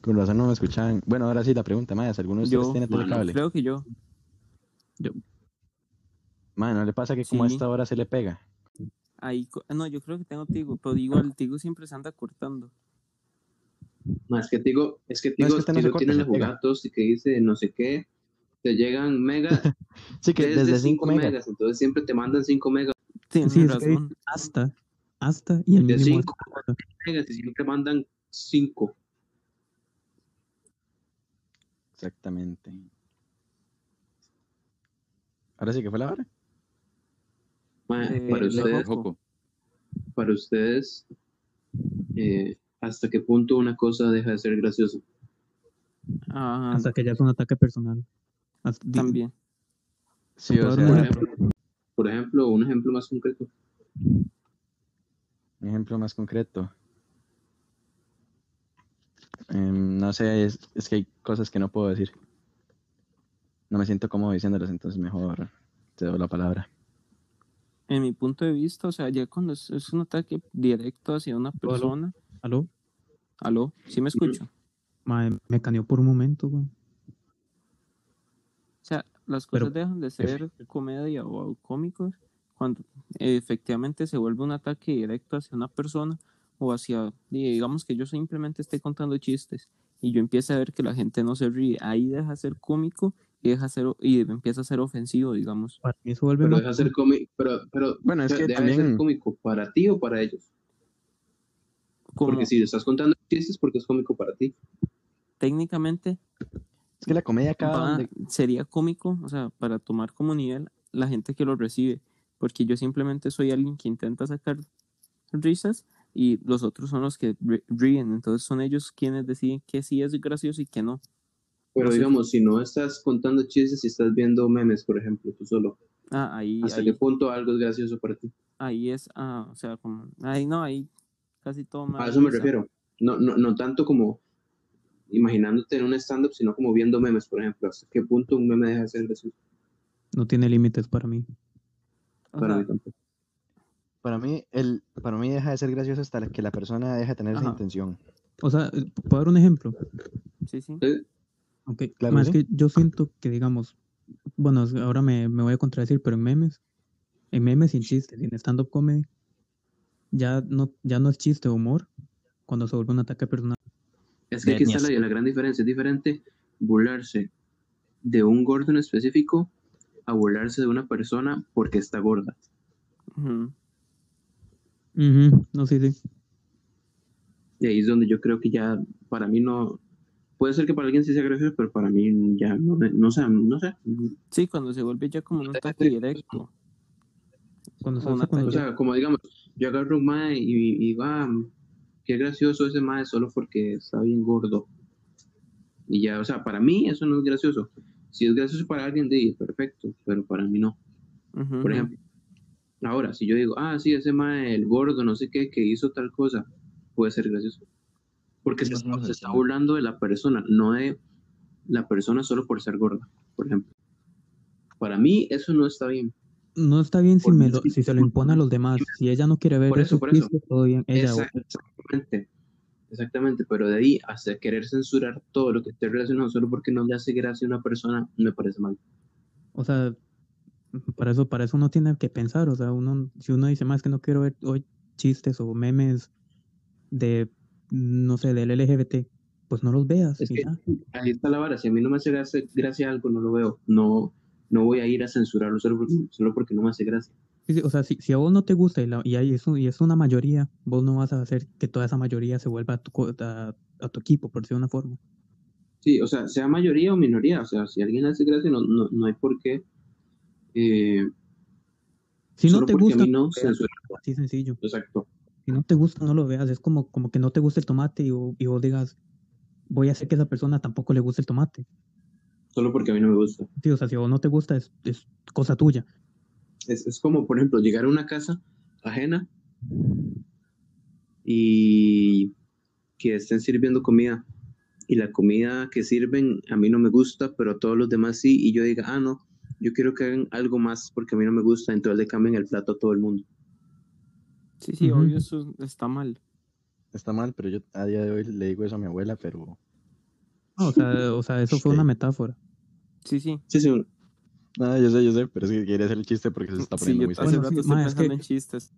Speaker 5: Con razón no me escuchaban. Bueno, ahora sí la pregunta, más ¿alguno de ustedes
Speaker 3: Yo,
Speaker 5: tiene telecable?
Speaker 3: creo que yo.
Speaker 5: Man, ¿no le pasa que como a
Speaker 3: Sí.
Speaker 5: esta hora se le pega?
Speaker 3: Ahí, co- no, yo creo que tengo Tigo, pero
Speaker 4: Ah.
Speaker 3: igual Tigo siempre se anda cortando.
Speaker 2: No, es que te digo, es que te
Speaker 5: No, es
Speaker 2: digo,
Speaker 5: que este no
Speaker 2: Tigo
Speaker 5: se corta,
Speaker 2: tiene
Speaker 5: se
Speaker 2: la
Speaker 5: pega.
Speaker 2: jugada tos y que dice no sé qué. Te llegan mega
Speaker 5: Sí, que
Speaker 2: desde,
Speaker 5: desde
Speaker 2: 5
Speaker 5: 5
Speaker 2: megas.
Speaker 5: megas.
Speaker 2: entonces siempre te mandan 5 megas,
Speaker 3: Tienes
Speaker 4: Sí, es que-
Speaker 3: razón.
Speaker 4: Hasta. Hasta. Y el
Speaker 2: de
Speaker 4: mínimo.
Speaker 2: 5 megas y siempre mandan 5.
Speaker 5: Exactamente. Ahora sí que fue la hora.
Speaker 3: Eh,
Speaker 2: para
Speaker 3: de
Speaker 2: ustedes,
Speaker 1: Joco.
Speaker 2: para ustedes eh, hasta qué punto una cosa deja de ser graciosa.
Speaker 3: Ah,
Speaker 4: Hasta que ya es un ataque personal. Hasta- di-
Speaker 3: también.
Speaker 5: Sí,
Speaker 4: puedo
Speaker 5: o
Speaker 4: dar un
Speaker 2: Por
Speaker 5: sea,
Speaker 4: ejemplo?
Speaker 2: ejemplo, por ejemplo, un ejemplo más concreto.
Speaker 5: un ejemplo más concreto. Em, no sé, es, es que hay cosas que no puedo decir. No me siento cómodo diciéndolas, entonces mejor te doy la palabra.
Speaker 3: En mi punto de vista, o sea, ya cuando es, es un ataque directo hacia una persona.
Speaker 4: ¿Aló?
Speaker 3: Aló, ¿sí me escucho?
Speaker 4: Mae, me caneó por un momento, güey.
Speaker 3: O sea, las
Speaker 4: Pero-
Speaker 3: cosas dejan de ser comedia o cómicos cuando eh, efectivamente se vuelve un ataque directo hacia una persona o hacia, digamos que yo simplemente esté contando chistes y yo empiezo a ver que la gente no se ríe. Ahí deja de ser cómico y, deja de ser, y empieza a ser ofensivo, digamos.
Speaker 4: Para mí eso vuelve
Speaker 2: Pero
Speaker 4: más.
Speaker 2: deja de ser cómico, pero, pero
Speaker 5: Bueno, es
Speaker 2: deja
Speaker 5: que
Speaker 2: de ser
Speaker 5: también-
Speaker 2: cómico para ti o para ellos.
Speaker 3: Como
Speaker 2: Porque si estás contando chistes porque es cómico para ti.
Speaker 3: técnicamente
Speaker 5: Es que la comedia acá
Speaker 3: va-
Speaker 5: donde-
Speaker 3: sería cómico, o sea, para tomar como nivel la gente que lo recibe, porque yo simplemente soy alguien que intenta sacar risas y los otros son los que ri- ríen, entonces son ellos quienes deciden que sí es gracioso y que no.
Speaker 2: Pero
Speaker 3: No sé.
Speaker 2: digamos, si no estás contando chistes y estás viendo memes, por ejemplo, tú solo,
Speaker 3: Ah, ahí,
Speaker 2: ¿hasta qué
Speaker 3: ahí,
Speaker 2: punto algo es gracioso para ti?
Speaker 3: ahí es, ah, o sea, como, ahí no, ahí casi todo me
Speaker 2: A
Speaker 3: da
Speaker 2: eso me
Speaker 3: risa.
Speaker 2: refiero. No, no, no tanto como imaginándote en un stand-up, sino como viendo memes, por ejemplo. ¿Hasta qué punto un meme deja de ser gracioso?
Speaker 4: No tiene límites para mí.
Speaker 3: O
Speaker 2: Para
Speaker 3: sea,
Speaker 2: mí tampoco.
Speaker 5: para mí el para mí deja de ser gracioso hasta que la persona deja de tener esa
Speaker 3: Ajá.
Speaker 5: intención.
Speaker 4: O sea, eh, ¿puedo dar un ejemplo?
Speaker 3: sí, sí.
Speaker 4: Ok,
Speaker 5: Claro
Speaker 4: más
Speaker 5: que
Speaker 4: que yo siento que, digamos, bueno, es- ahora me, me voy a contradecir, pero en memes, en memes sin chistes, en stand-up comedy, ya no, ya no es chiste o humor cuando se vuelve un ataque personal.
Speaker 2: Es que aquí está la, la gran diferencia. Es diferente burlarse de un gordo en específico a burlarse de una persona porque está gorda.
Speaker 3: Ujú.
Speaker 4: Ujú, No, sí, sí.
Speaker 2: Y ahí es donde yo creo que ya, para mí no... Puede ser que para alguien sí sea gracioso, pero para mí ya no, me- no sé, no sé.
Speaker 3: Sí, cuando se vuelve ya como un ataque directo.
Speaker 4: Cuando se
Speaker 3: Un
Speaker 4: hace cuando
Speaker 2: Ah, O sea, como digamos, yo agarro un mae y, y va, qué gracioso ese mae solo porque está bien gordo. Y ya, o sea, para mí eso no es gracioso. Si es gracioso para alguien, di, perfecto, pero para mí no.
Speaker 3: Ujú.
Speaker 2: Por ejemplo, ahora, si yo digo, ah, sí, ese mae, el gordo, no sé qué, que hizo tal cosa, puede ser gracioso. Porque se,
Speaker 5: Más o menos
Speaker 2: se está
Speaker 5: entiendo.
Speaker 2: burlando de la persona, no de la persona solo por ser gorda, por ejemplo. Para mí eso no está bien.
Speaker 4: No está bien si,
Speaker 2: Por
Speaker 4: me
Speaker 2: mí
Speaker 4: lo-
Speaker 2: sí.
Speaker 4: si se lo impone a los demás. Si ella no quiere ver
Speaker 2: Por eso,
Speaker 4: esos
Speaker 2: por eso.
Speaker 4: chistes, todo bien. Ella, o-
Speaker 2: Exact- Exactamente, exactamente, pero de ahí hasta querer censurar todo lo que esté relacionado solo porque no le hace gracia a una persona, me parece mal.
Speaker 4: o sea, para eso, para eso uno tiene que pensar. O sea, uno, si uno dice más que no quiero ver hoy chistes o memes de, no sé, del LGBT, pues no los veas.
Speaker 2: Es
Speaker 4: y
Speaker 2: que
Speaker 4: ya.
Speaker 2: ahí está la vara, si a mí no me hace gracia, gracia algo, no lo veo, no, no voy a ir a censurarlo solo porque, solo porque no me hace gracia.
Speaker 4: Sí, sí, o sea, si, si a vos no te gusta y, la- y, hay- es un- y es una mayoría, vos no vas a hacer que toda esa mayoría se vuelva a tu, co- a, a tu equipo, por decirlo de una forma.
Speaker 2: Sí, o sea, sea mayoría o minoría, o sea, si a alguien le hace gracia, no, no, no hay por qué, eh,
Speaker 4: Si no
Speaker 2: solo
Speaker 4: te
Speaker 2: porque
Speaker 4: gusta, pues,
Speaker 2: a mí no
Speaker 4: veas.
Speaker 2: censurarlo.
Speaker 4: así sencillo.
Speaker 2: Exacto.
Speaker 4: Si no te gusta, no lo veas. Es como, como que no te gusta el tomate y, vo- y vos digas, voy a hacer que esa persona tampoco le guste el tomate.
Speaker 2: solo porque a mí no me gusta.
Speaker 4: Sí, o sea, si a vos no te gusta, es, es cosa tuya.
Speaker 2: Es, es como, por ejemplo, llegar a una casa ajena y que estén sirviendo comida y la comida que sirven a mí no me gusta, pero a todos los demás sí, y yo diga, ah, no, yo quiero que hagan algo más porque a mí no me gusta, entonces le cambian el plato a todo el mundo.
Speaker 3: Sí, sí,
Speaker 4: Ujú.
Speaker 3: obvio, eso está mal.
Speaker 5: Está mal, pero yo a día de hoy le digo eso a mi abuela, pero
Speaker 4: No, o, sea, o sea, eso fue
Speaker 5: Sí.
Speaker 2: Este,
Speaker 4: una metáfora.
Speaker 3: Sí, sí.
Speaker 2: Sí, sí,
Speaker 5: No, yo sé, yo sé, pero es que quería hacer el chiste porque se está
Speaker 3: Sí,
Speaker 5: poniendo
Speaker 3: yo
Speaker 5: muy
Speaker 3: hace
Speaker 5: serio.
Speaker 4: Bueno,
Speaker 3: rato
Speaker 4: sí,
Speaker 3: estoy
Speaker 4: ma, es que-
Speaker 3: pensando en chistes.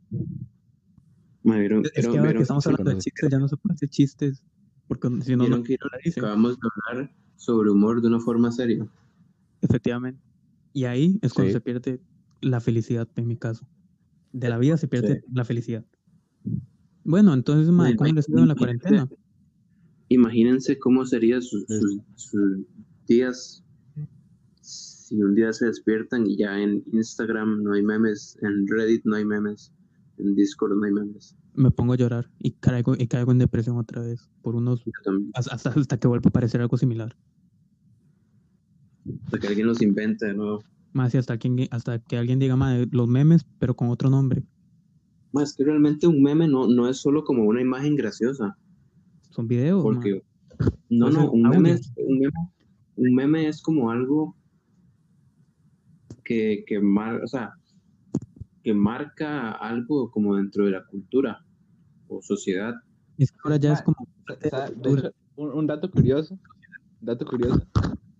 Speaker 2: ma, vieron,
Speaker 4: Es
Speaker 2: vieron-
Speaker 4: que ahora
Speaker 2: vieron-
Speaker 4: que estamos
Speaker 5: sí,
Speaker 4: hablando de
Speaker 5: conoces.
Speaker 4: chistes, ya no se puede hacer chistes. Porque si no,
Speaker 2: vieron
Speaker 4: no
Speaker 2: que
Speaker 4: dice.
Speaker 2: acabamos de hablar sobre humor de una forma seria.
Speaker 4: Efectivamente. Y ahí es cuando
Speaker 5: Sí.
Speaker 4: se pierde la felicidad, en mi caso. De la vida se pierde la felicidad. Bueno, entonces, ma,
Speaker 2: Sí,
Speaker 4: ¿cómo
Speaker 2: ma,
Speaker 4: les ha ido en la
Speaker 2: imagínate.
Speaker 4: cuarentena?
Speaker 2: Imagínense cómo serían sus,
Speaker 5: Sí.
Speaker 2: sus- sus días si un día se despiertan y ya en Instagram no hay memes, en Reddit no hay memes, en Discord no hay memes.
Speaker 4: Me pongo a llorar y caigo, y caigo en depresión otra vez. Por unos.
Speaker 2: Yo también,
Speaker 4: Hasta, hasta- hasta que vuelva a aparecer algo similar.
Speaker 2: hasta que alguien los invente de nuevo.
Speaker 4: Más y hasta, quien, hasta que alguien diga, ma, los memes, pero con otro nombre.
Speaker 2: Ma, es que realmente un meme no, no es solo como una imagen graciosa,
Speaker 4: Son videos, ma.
Speaker 2: porque no,
Speaker 4: Puede
Speaker 2: no,
Speaker 4: ser
Speaker 2: un meme,
Speaker 4: audio.
Speaker 2: es, un, meme, un meme es como algo que, que, mar- o sea, que marca algo como dentro de la cultura o sociedad.
Speaker 4: Es que ahora ya es
Speaker 1: Ma,
Speaker 4: como.
Speaker 1: O sea, de hecho, un, un dato curioso, dato curioso,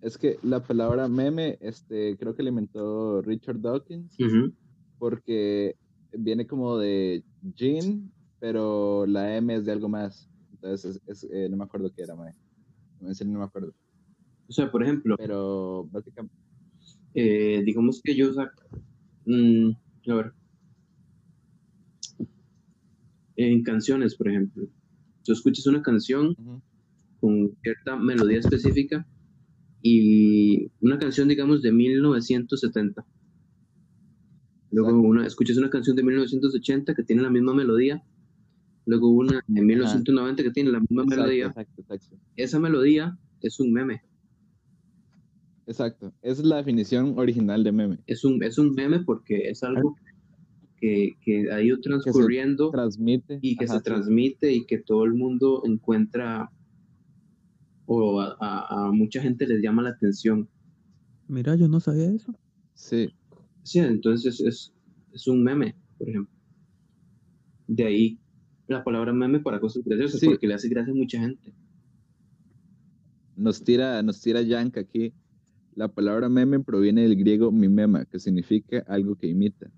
Speaker 1: es que la palabra meme, este, creo que la inventó Richard Dawkins,
Speaker 2: Ujú.
Speaker 1: porque viene como de gene, pero la M es de algo más. Entonces, es- es, eh, no me acuerdo qué era, mae. En serio, no me acuerdo.
Speaker 2: O sea, por ejemplo,
Speaker 1: Pero básicamente,
Speaker 2: eh, digamos que yo saco, mm, a ver, en canciones, por ejemplo, tú escuchas una canción
Speaker 1: ujú,
Speaker 2: con cierta melodía específica y una canción, digamos, de 1970. Luego
Speaker 1: Exacto.
Speaker 2: una, escuchas una canción de 1980 que tiene la misma melodía. Luego una de 1990 que tiene la misma
Speaker 1: exacto,
Speaker 2: melodía.
Speaker 1: exacto, exacto.
Speaker 2: Esa melodía es un meme.
Speaker 1: Exacto. Esa es la definición original de meme.
Speaker 2: Es un, es un meme porque es algo que, que ha ido transcurriendo
Speaker 1: Transmite.
Speaker 2: y que
Speaker 1: ajá,
Speaker 2: se
Speaker 1: sí.
Speaker 2: transmite y que todo el mundo encuentra o a, a- a mucha gente les llama la atención.
Speaker 4: Mira, yo no sabía eso.
Speaker 1: Sí,
Speaker 2: Sí, entonces es, es un meme, por ejemplo. De ahí la palabra meme para cosas graciosas
Speaker 1: Sí.
Speaker 2: porque le hace gracia a mucha gente.
Speaker 1: nos tira, nos tira Yank aquí. La palabra meme proviene del griego mimema, que significa algo que imita.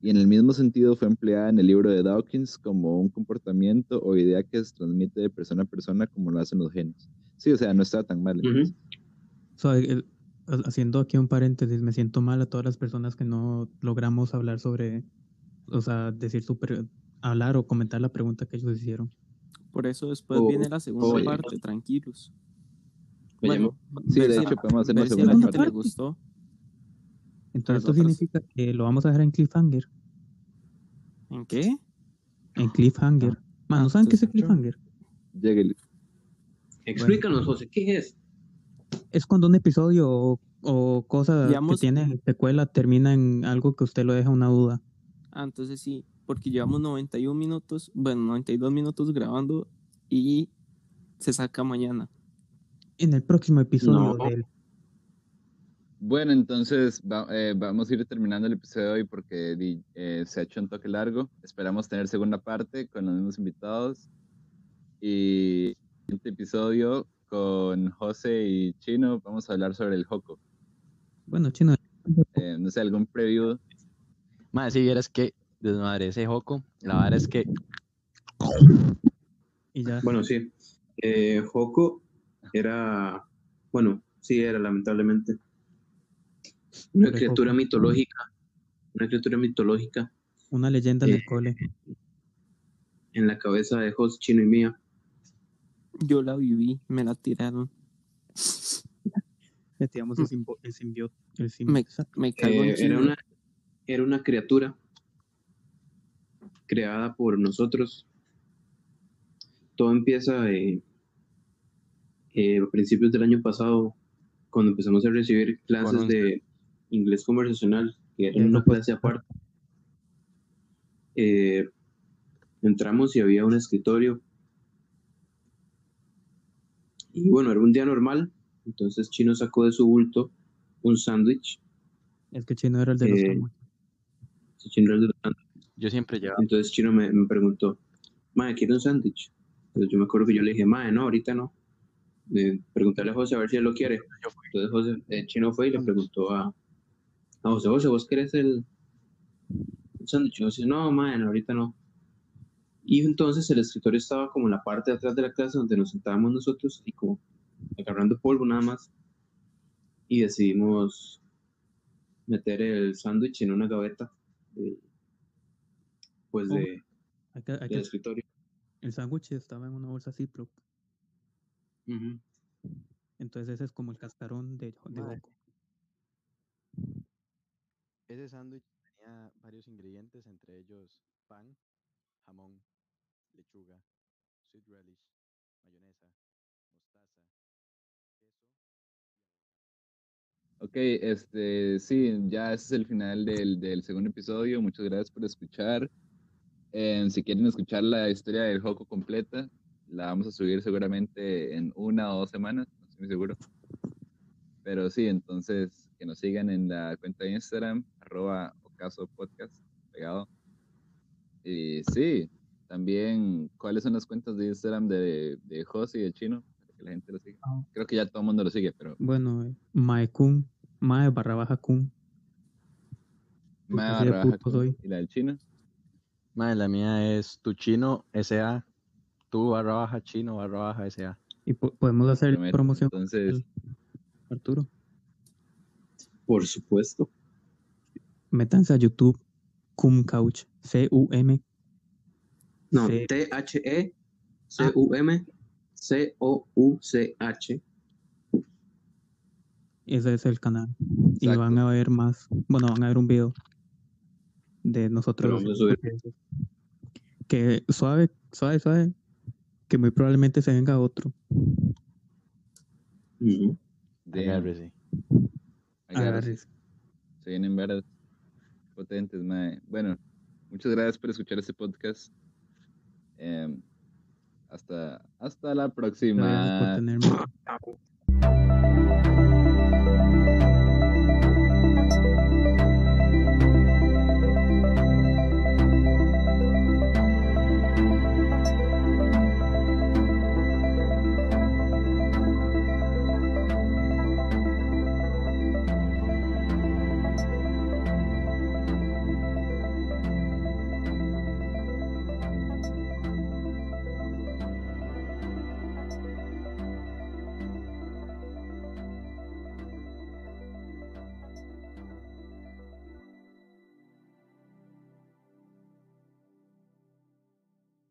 Speaker 1: Y en el mismo sentido fue empleada en el libro de Dawkins como un comportamiento o idea que se transmite de persona a persona como lo hacen los genios. Sí, o sea, no está tan mal. entonces.
Speaker 2: Ujú.
Speaker 4: O sea, el- ha- haciendo aquí un paréntesis, me siento mal a todas las personas que no logramos hablar sobre, o sea, decir su pre- hablar o comentar la pregunta que ellos hicieron.
Speaker 3: Por eso después
Speaker 1: Oh,
Speaker 2: O-
Speaker 3: viene la segunda
Speaker 2: o-
Speaker 3: parte, tranquilos.
Speaker 2: Me llamó.
Speaker 3: Bueno,
Speaker 1: Sí,
Speaker 3: ver
Speaker 1: de
Speaker 3: si-
Speaker 1: hecho podemos hacer una
Speaker 3: ver si a la
Speaker 1: segunda
Speaker 3: gente
Speaker 1: parte.
Speaker 3: le gustó.
Speaker 4: Entonces
Speaker 3: Las
Speaker 4: esto
Speaker 3: otras-
Speaker 4: significa que lo vamos a dejar en cliffhanger.
Speaker 3: ¿En qué?
Speaker 4: En cliffhanger. Man, ¿no
Speaker 3: Ah,
Speaker 4: saben qué es
Speaker 3: se
Speaker 4: el cliffhanger?
Speaker 1: Lléguele.
Speaker 2: Explícanos, José, ¿qué es?
Speaker 4: Es cuando un episodio o, o cosa
Speaker 3: Digamos-
Speaker 4: que tiene secuela termina en algo que usted lo deja una duda.
Speaker 3: Ah, entonces sí, porque llevamos 91 minutos, bueno, 92 minutos grabando y se saca mañana.
Speaker 4: En el próximo episodio
Speaker 2: No.
Speaker 4: del...
Speaker 1: Bueno, entonces va- eh, vamos a ir terminando el episodio de hoy porque di- eh, se ha hecho un toque largo. Esperamos tener segunda parte con los mismos invitados y siguiente episodio con José y Chino vamos a hablar sobre el Joco.
Speaker 4: Bueno, chino,
Speaker 1: Eh, no sé, algún preview.
Speaker 5: Madre, si vieras que desmadre ese joco, la verdad es que
Speaker 4: y ya.
Speaker 2: Bueno, sí. Eh, Joco era, bueno, sí era lamentablemente una
Speaker 4: Pobre
Speaker 2: criatura
Speaker 4: Joco.
Speaker 2: mitológica, una criatura mitológica
Speaker 4: Una leyenda en el
Speaker 2: Eh,
Speaker 4: cole.
Speaker 2: en la cabeza de José Chino y mía.
Speaker 3: Yo la viví, me la tiraron.
Speaker 4: Metíamos el simbo- el simbio- el sim-
Speaker 3: Me caigo en
Speaker 2: Eh, era
Speaker 3: chino.
Speaker 2: una era una criatura creada por nosotros. Todo empieza eh, eh, a principios del año pasado cuando empezamos a recibir clases
Speaker 5: Con un-
Speaker 2: de inglés conversacional, que era
Speaker 4: Ya,
Speaker 2: una
Speaker 4: no puede
Speaker 2: clase aparte, eh, entramos y había un escritorio. Y bueno, era un día normal, entonces Chino sacó de su bulto un sándwich,
Speaker 4: Es que Chino era el de los
Speaker 2: Eh,
Speaker 4: sándwiches.
Speaker 2: se chino era el de los sándwiches.
Speaker 5: Yo siempre llevaba.
Speaker 2: entonces Chino me, me preguntó, Mae, ¿quiere un sándwich? Entonces yo me acuerdo que yo le dije, Mae, no, ahorita no. Eh, preguntarle a José a ver si él lo quiere.
Speaker 5: Yo fui.
Speaker 2: Entonces José, eh, Chino fue y le preguntó a, a José, José, ¿vos querés el el sándwich? Y José, no, man, ahorita no. Y entonces el escritorio estaba como en la parte de atrás de la clase donde nos sentábamos nosotros y como agarrando polvo nada más. Y decidimos meter el sándwich en una gaveta de- pues
Speaker 4: Oh,
Speaker 2: de,
Speaker 4: Acá- acá
Speaker 2: del escritorio.
Speaker 4: El sándwich estaba en una bolsa Ziploc.
Speaker 2: Ujú.
Speaker 4: Entonces ese es como el cascarón de, de
Speaker 5: Madre.
Speaker 4: Goku.
Speaker 5: Ese sándwich tenía varios ingredientes, entre ellos pan, jamón, lechuga, sweet relish, mayonesa, mostaza, queso.
Speaker 1: Ok, este, sí, ya ese es el final del, del segundo episodio. Muchas gracias por escuchar. Eh, si quieren escuchar la historia del Joco completa, la vamos a subir seguramente en una o dos semanas, no estoy muy seguro. Pero sí, entonces que nos sigan en la cuenta de Instagram, arroba ocaso podcast, pegado. Y sí, también, ¿cuáles son las cuentas de Instagram de, de José y de Chino? Para que la gente lo siga.
Speaker 4: Ah.
Speaker 1: Creo que ya todo el mundo lo sigue, pero
Speaker 4: Bueno, eh, Mae Kun, Mae barra baja Kun.
Speaker 1: me
Speaker 4: Puta, sí de
Speaker 1: barra
Speaker 4: puto soy.
Speaker 1: y la del Chino.
Speaker 5: Madre, la mía es tu chino SA, tu barra baja chino barra baja SA.
Speaker 4: Y po- podemos hacer
Speaker 1: Prometo.
Speaker 4: promoción,
Speaker 1: Entonces,
Speaker 4: Arturo.
Speaker 2: Por supuesto.
Speaker 4: Métanse a YouTube, Cum Couch, C-U-M.
Speaker 2: No, E
Speaker 4: C-
Speaker 2: T-H-E-C-U-M-C-O-U-C-H.
Speaker 4: Ese es el canal. Y
Speaker 1: Exacto.
Speaker 4: van a ver más. Bueno, van a ver un video de nosotros.
Speaker 2: Pero vamos a subir.
Speaker 4: Que suave, suave, suave. Que muy probablemente se venga otro.
Speaker 2: Ujú.
Speaker 1: de
Speaker 5: pues
Speaker 1: agárrese.
Speaker 4: Agárrese.
Speaker 1: Se vienen varas potentes, mae. Bueno, muchas gracias por escuchar este podcast. Em, hasta, hasta la
Speaker 4: Gracias por
Speaker 1: próxima.
Speaker 4: tenerme.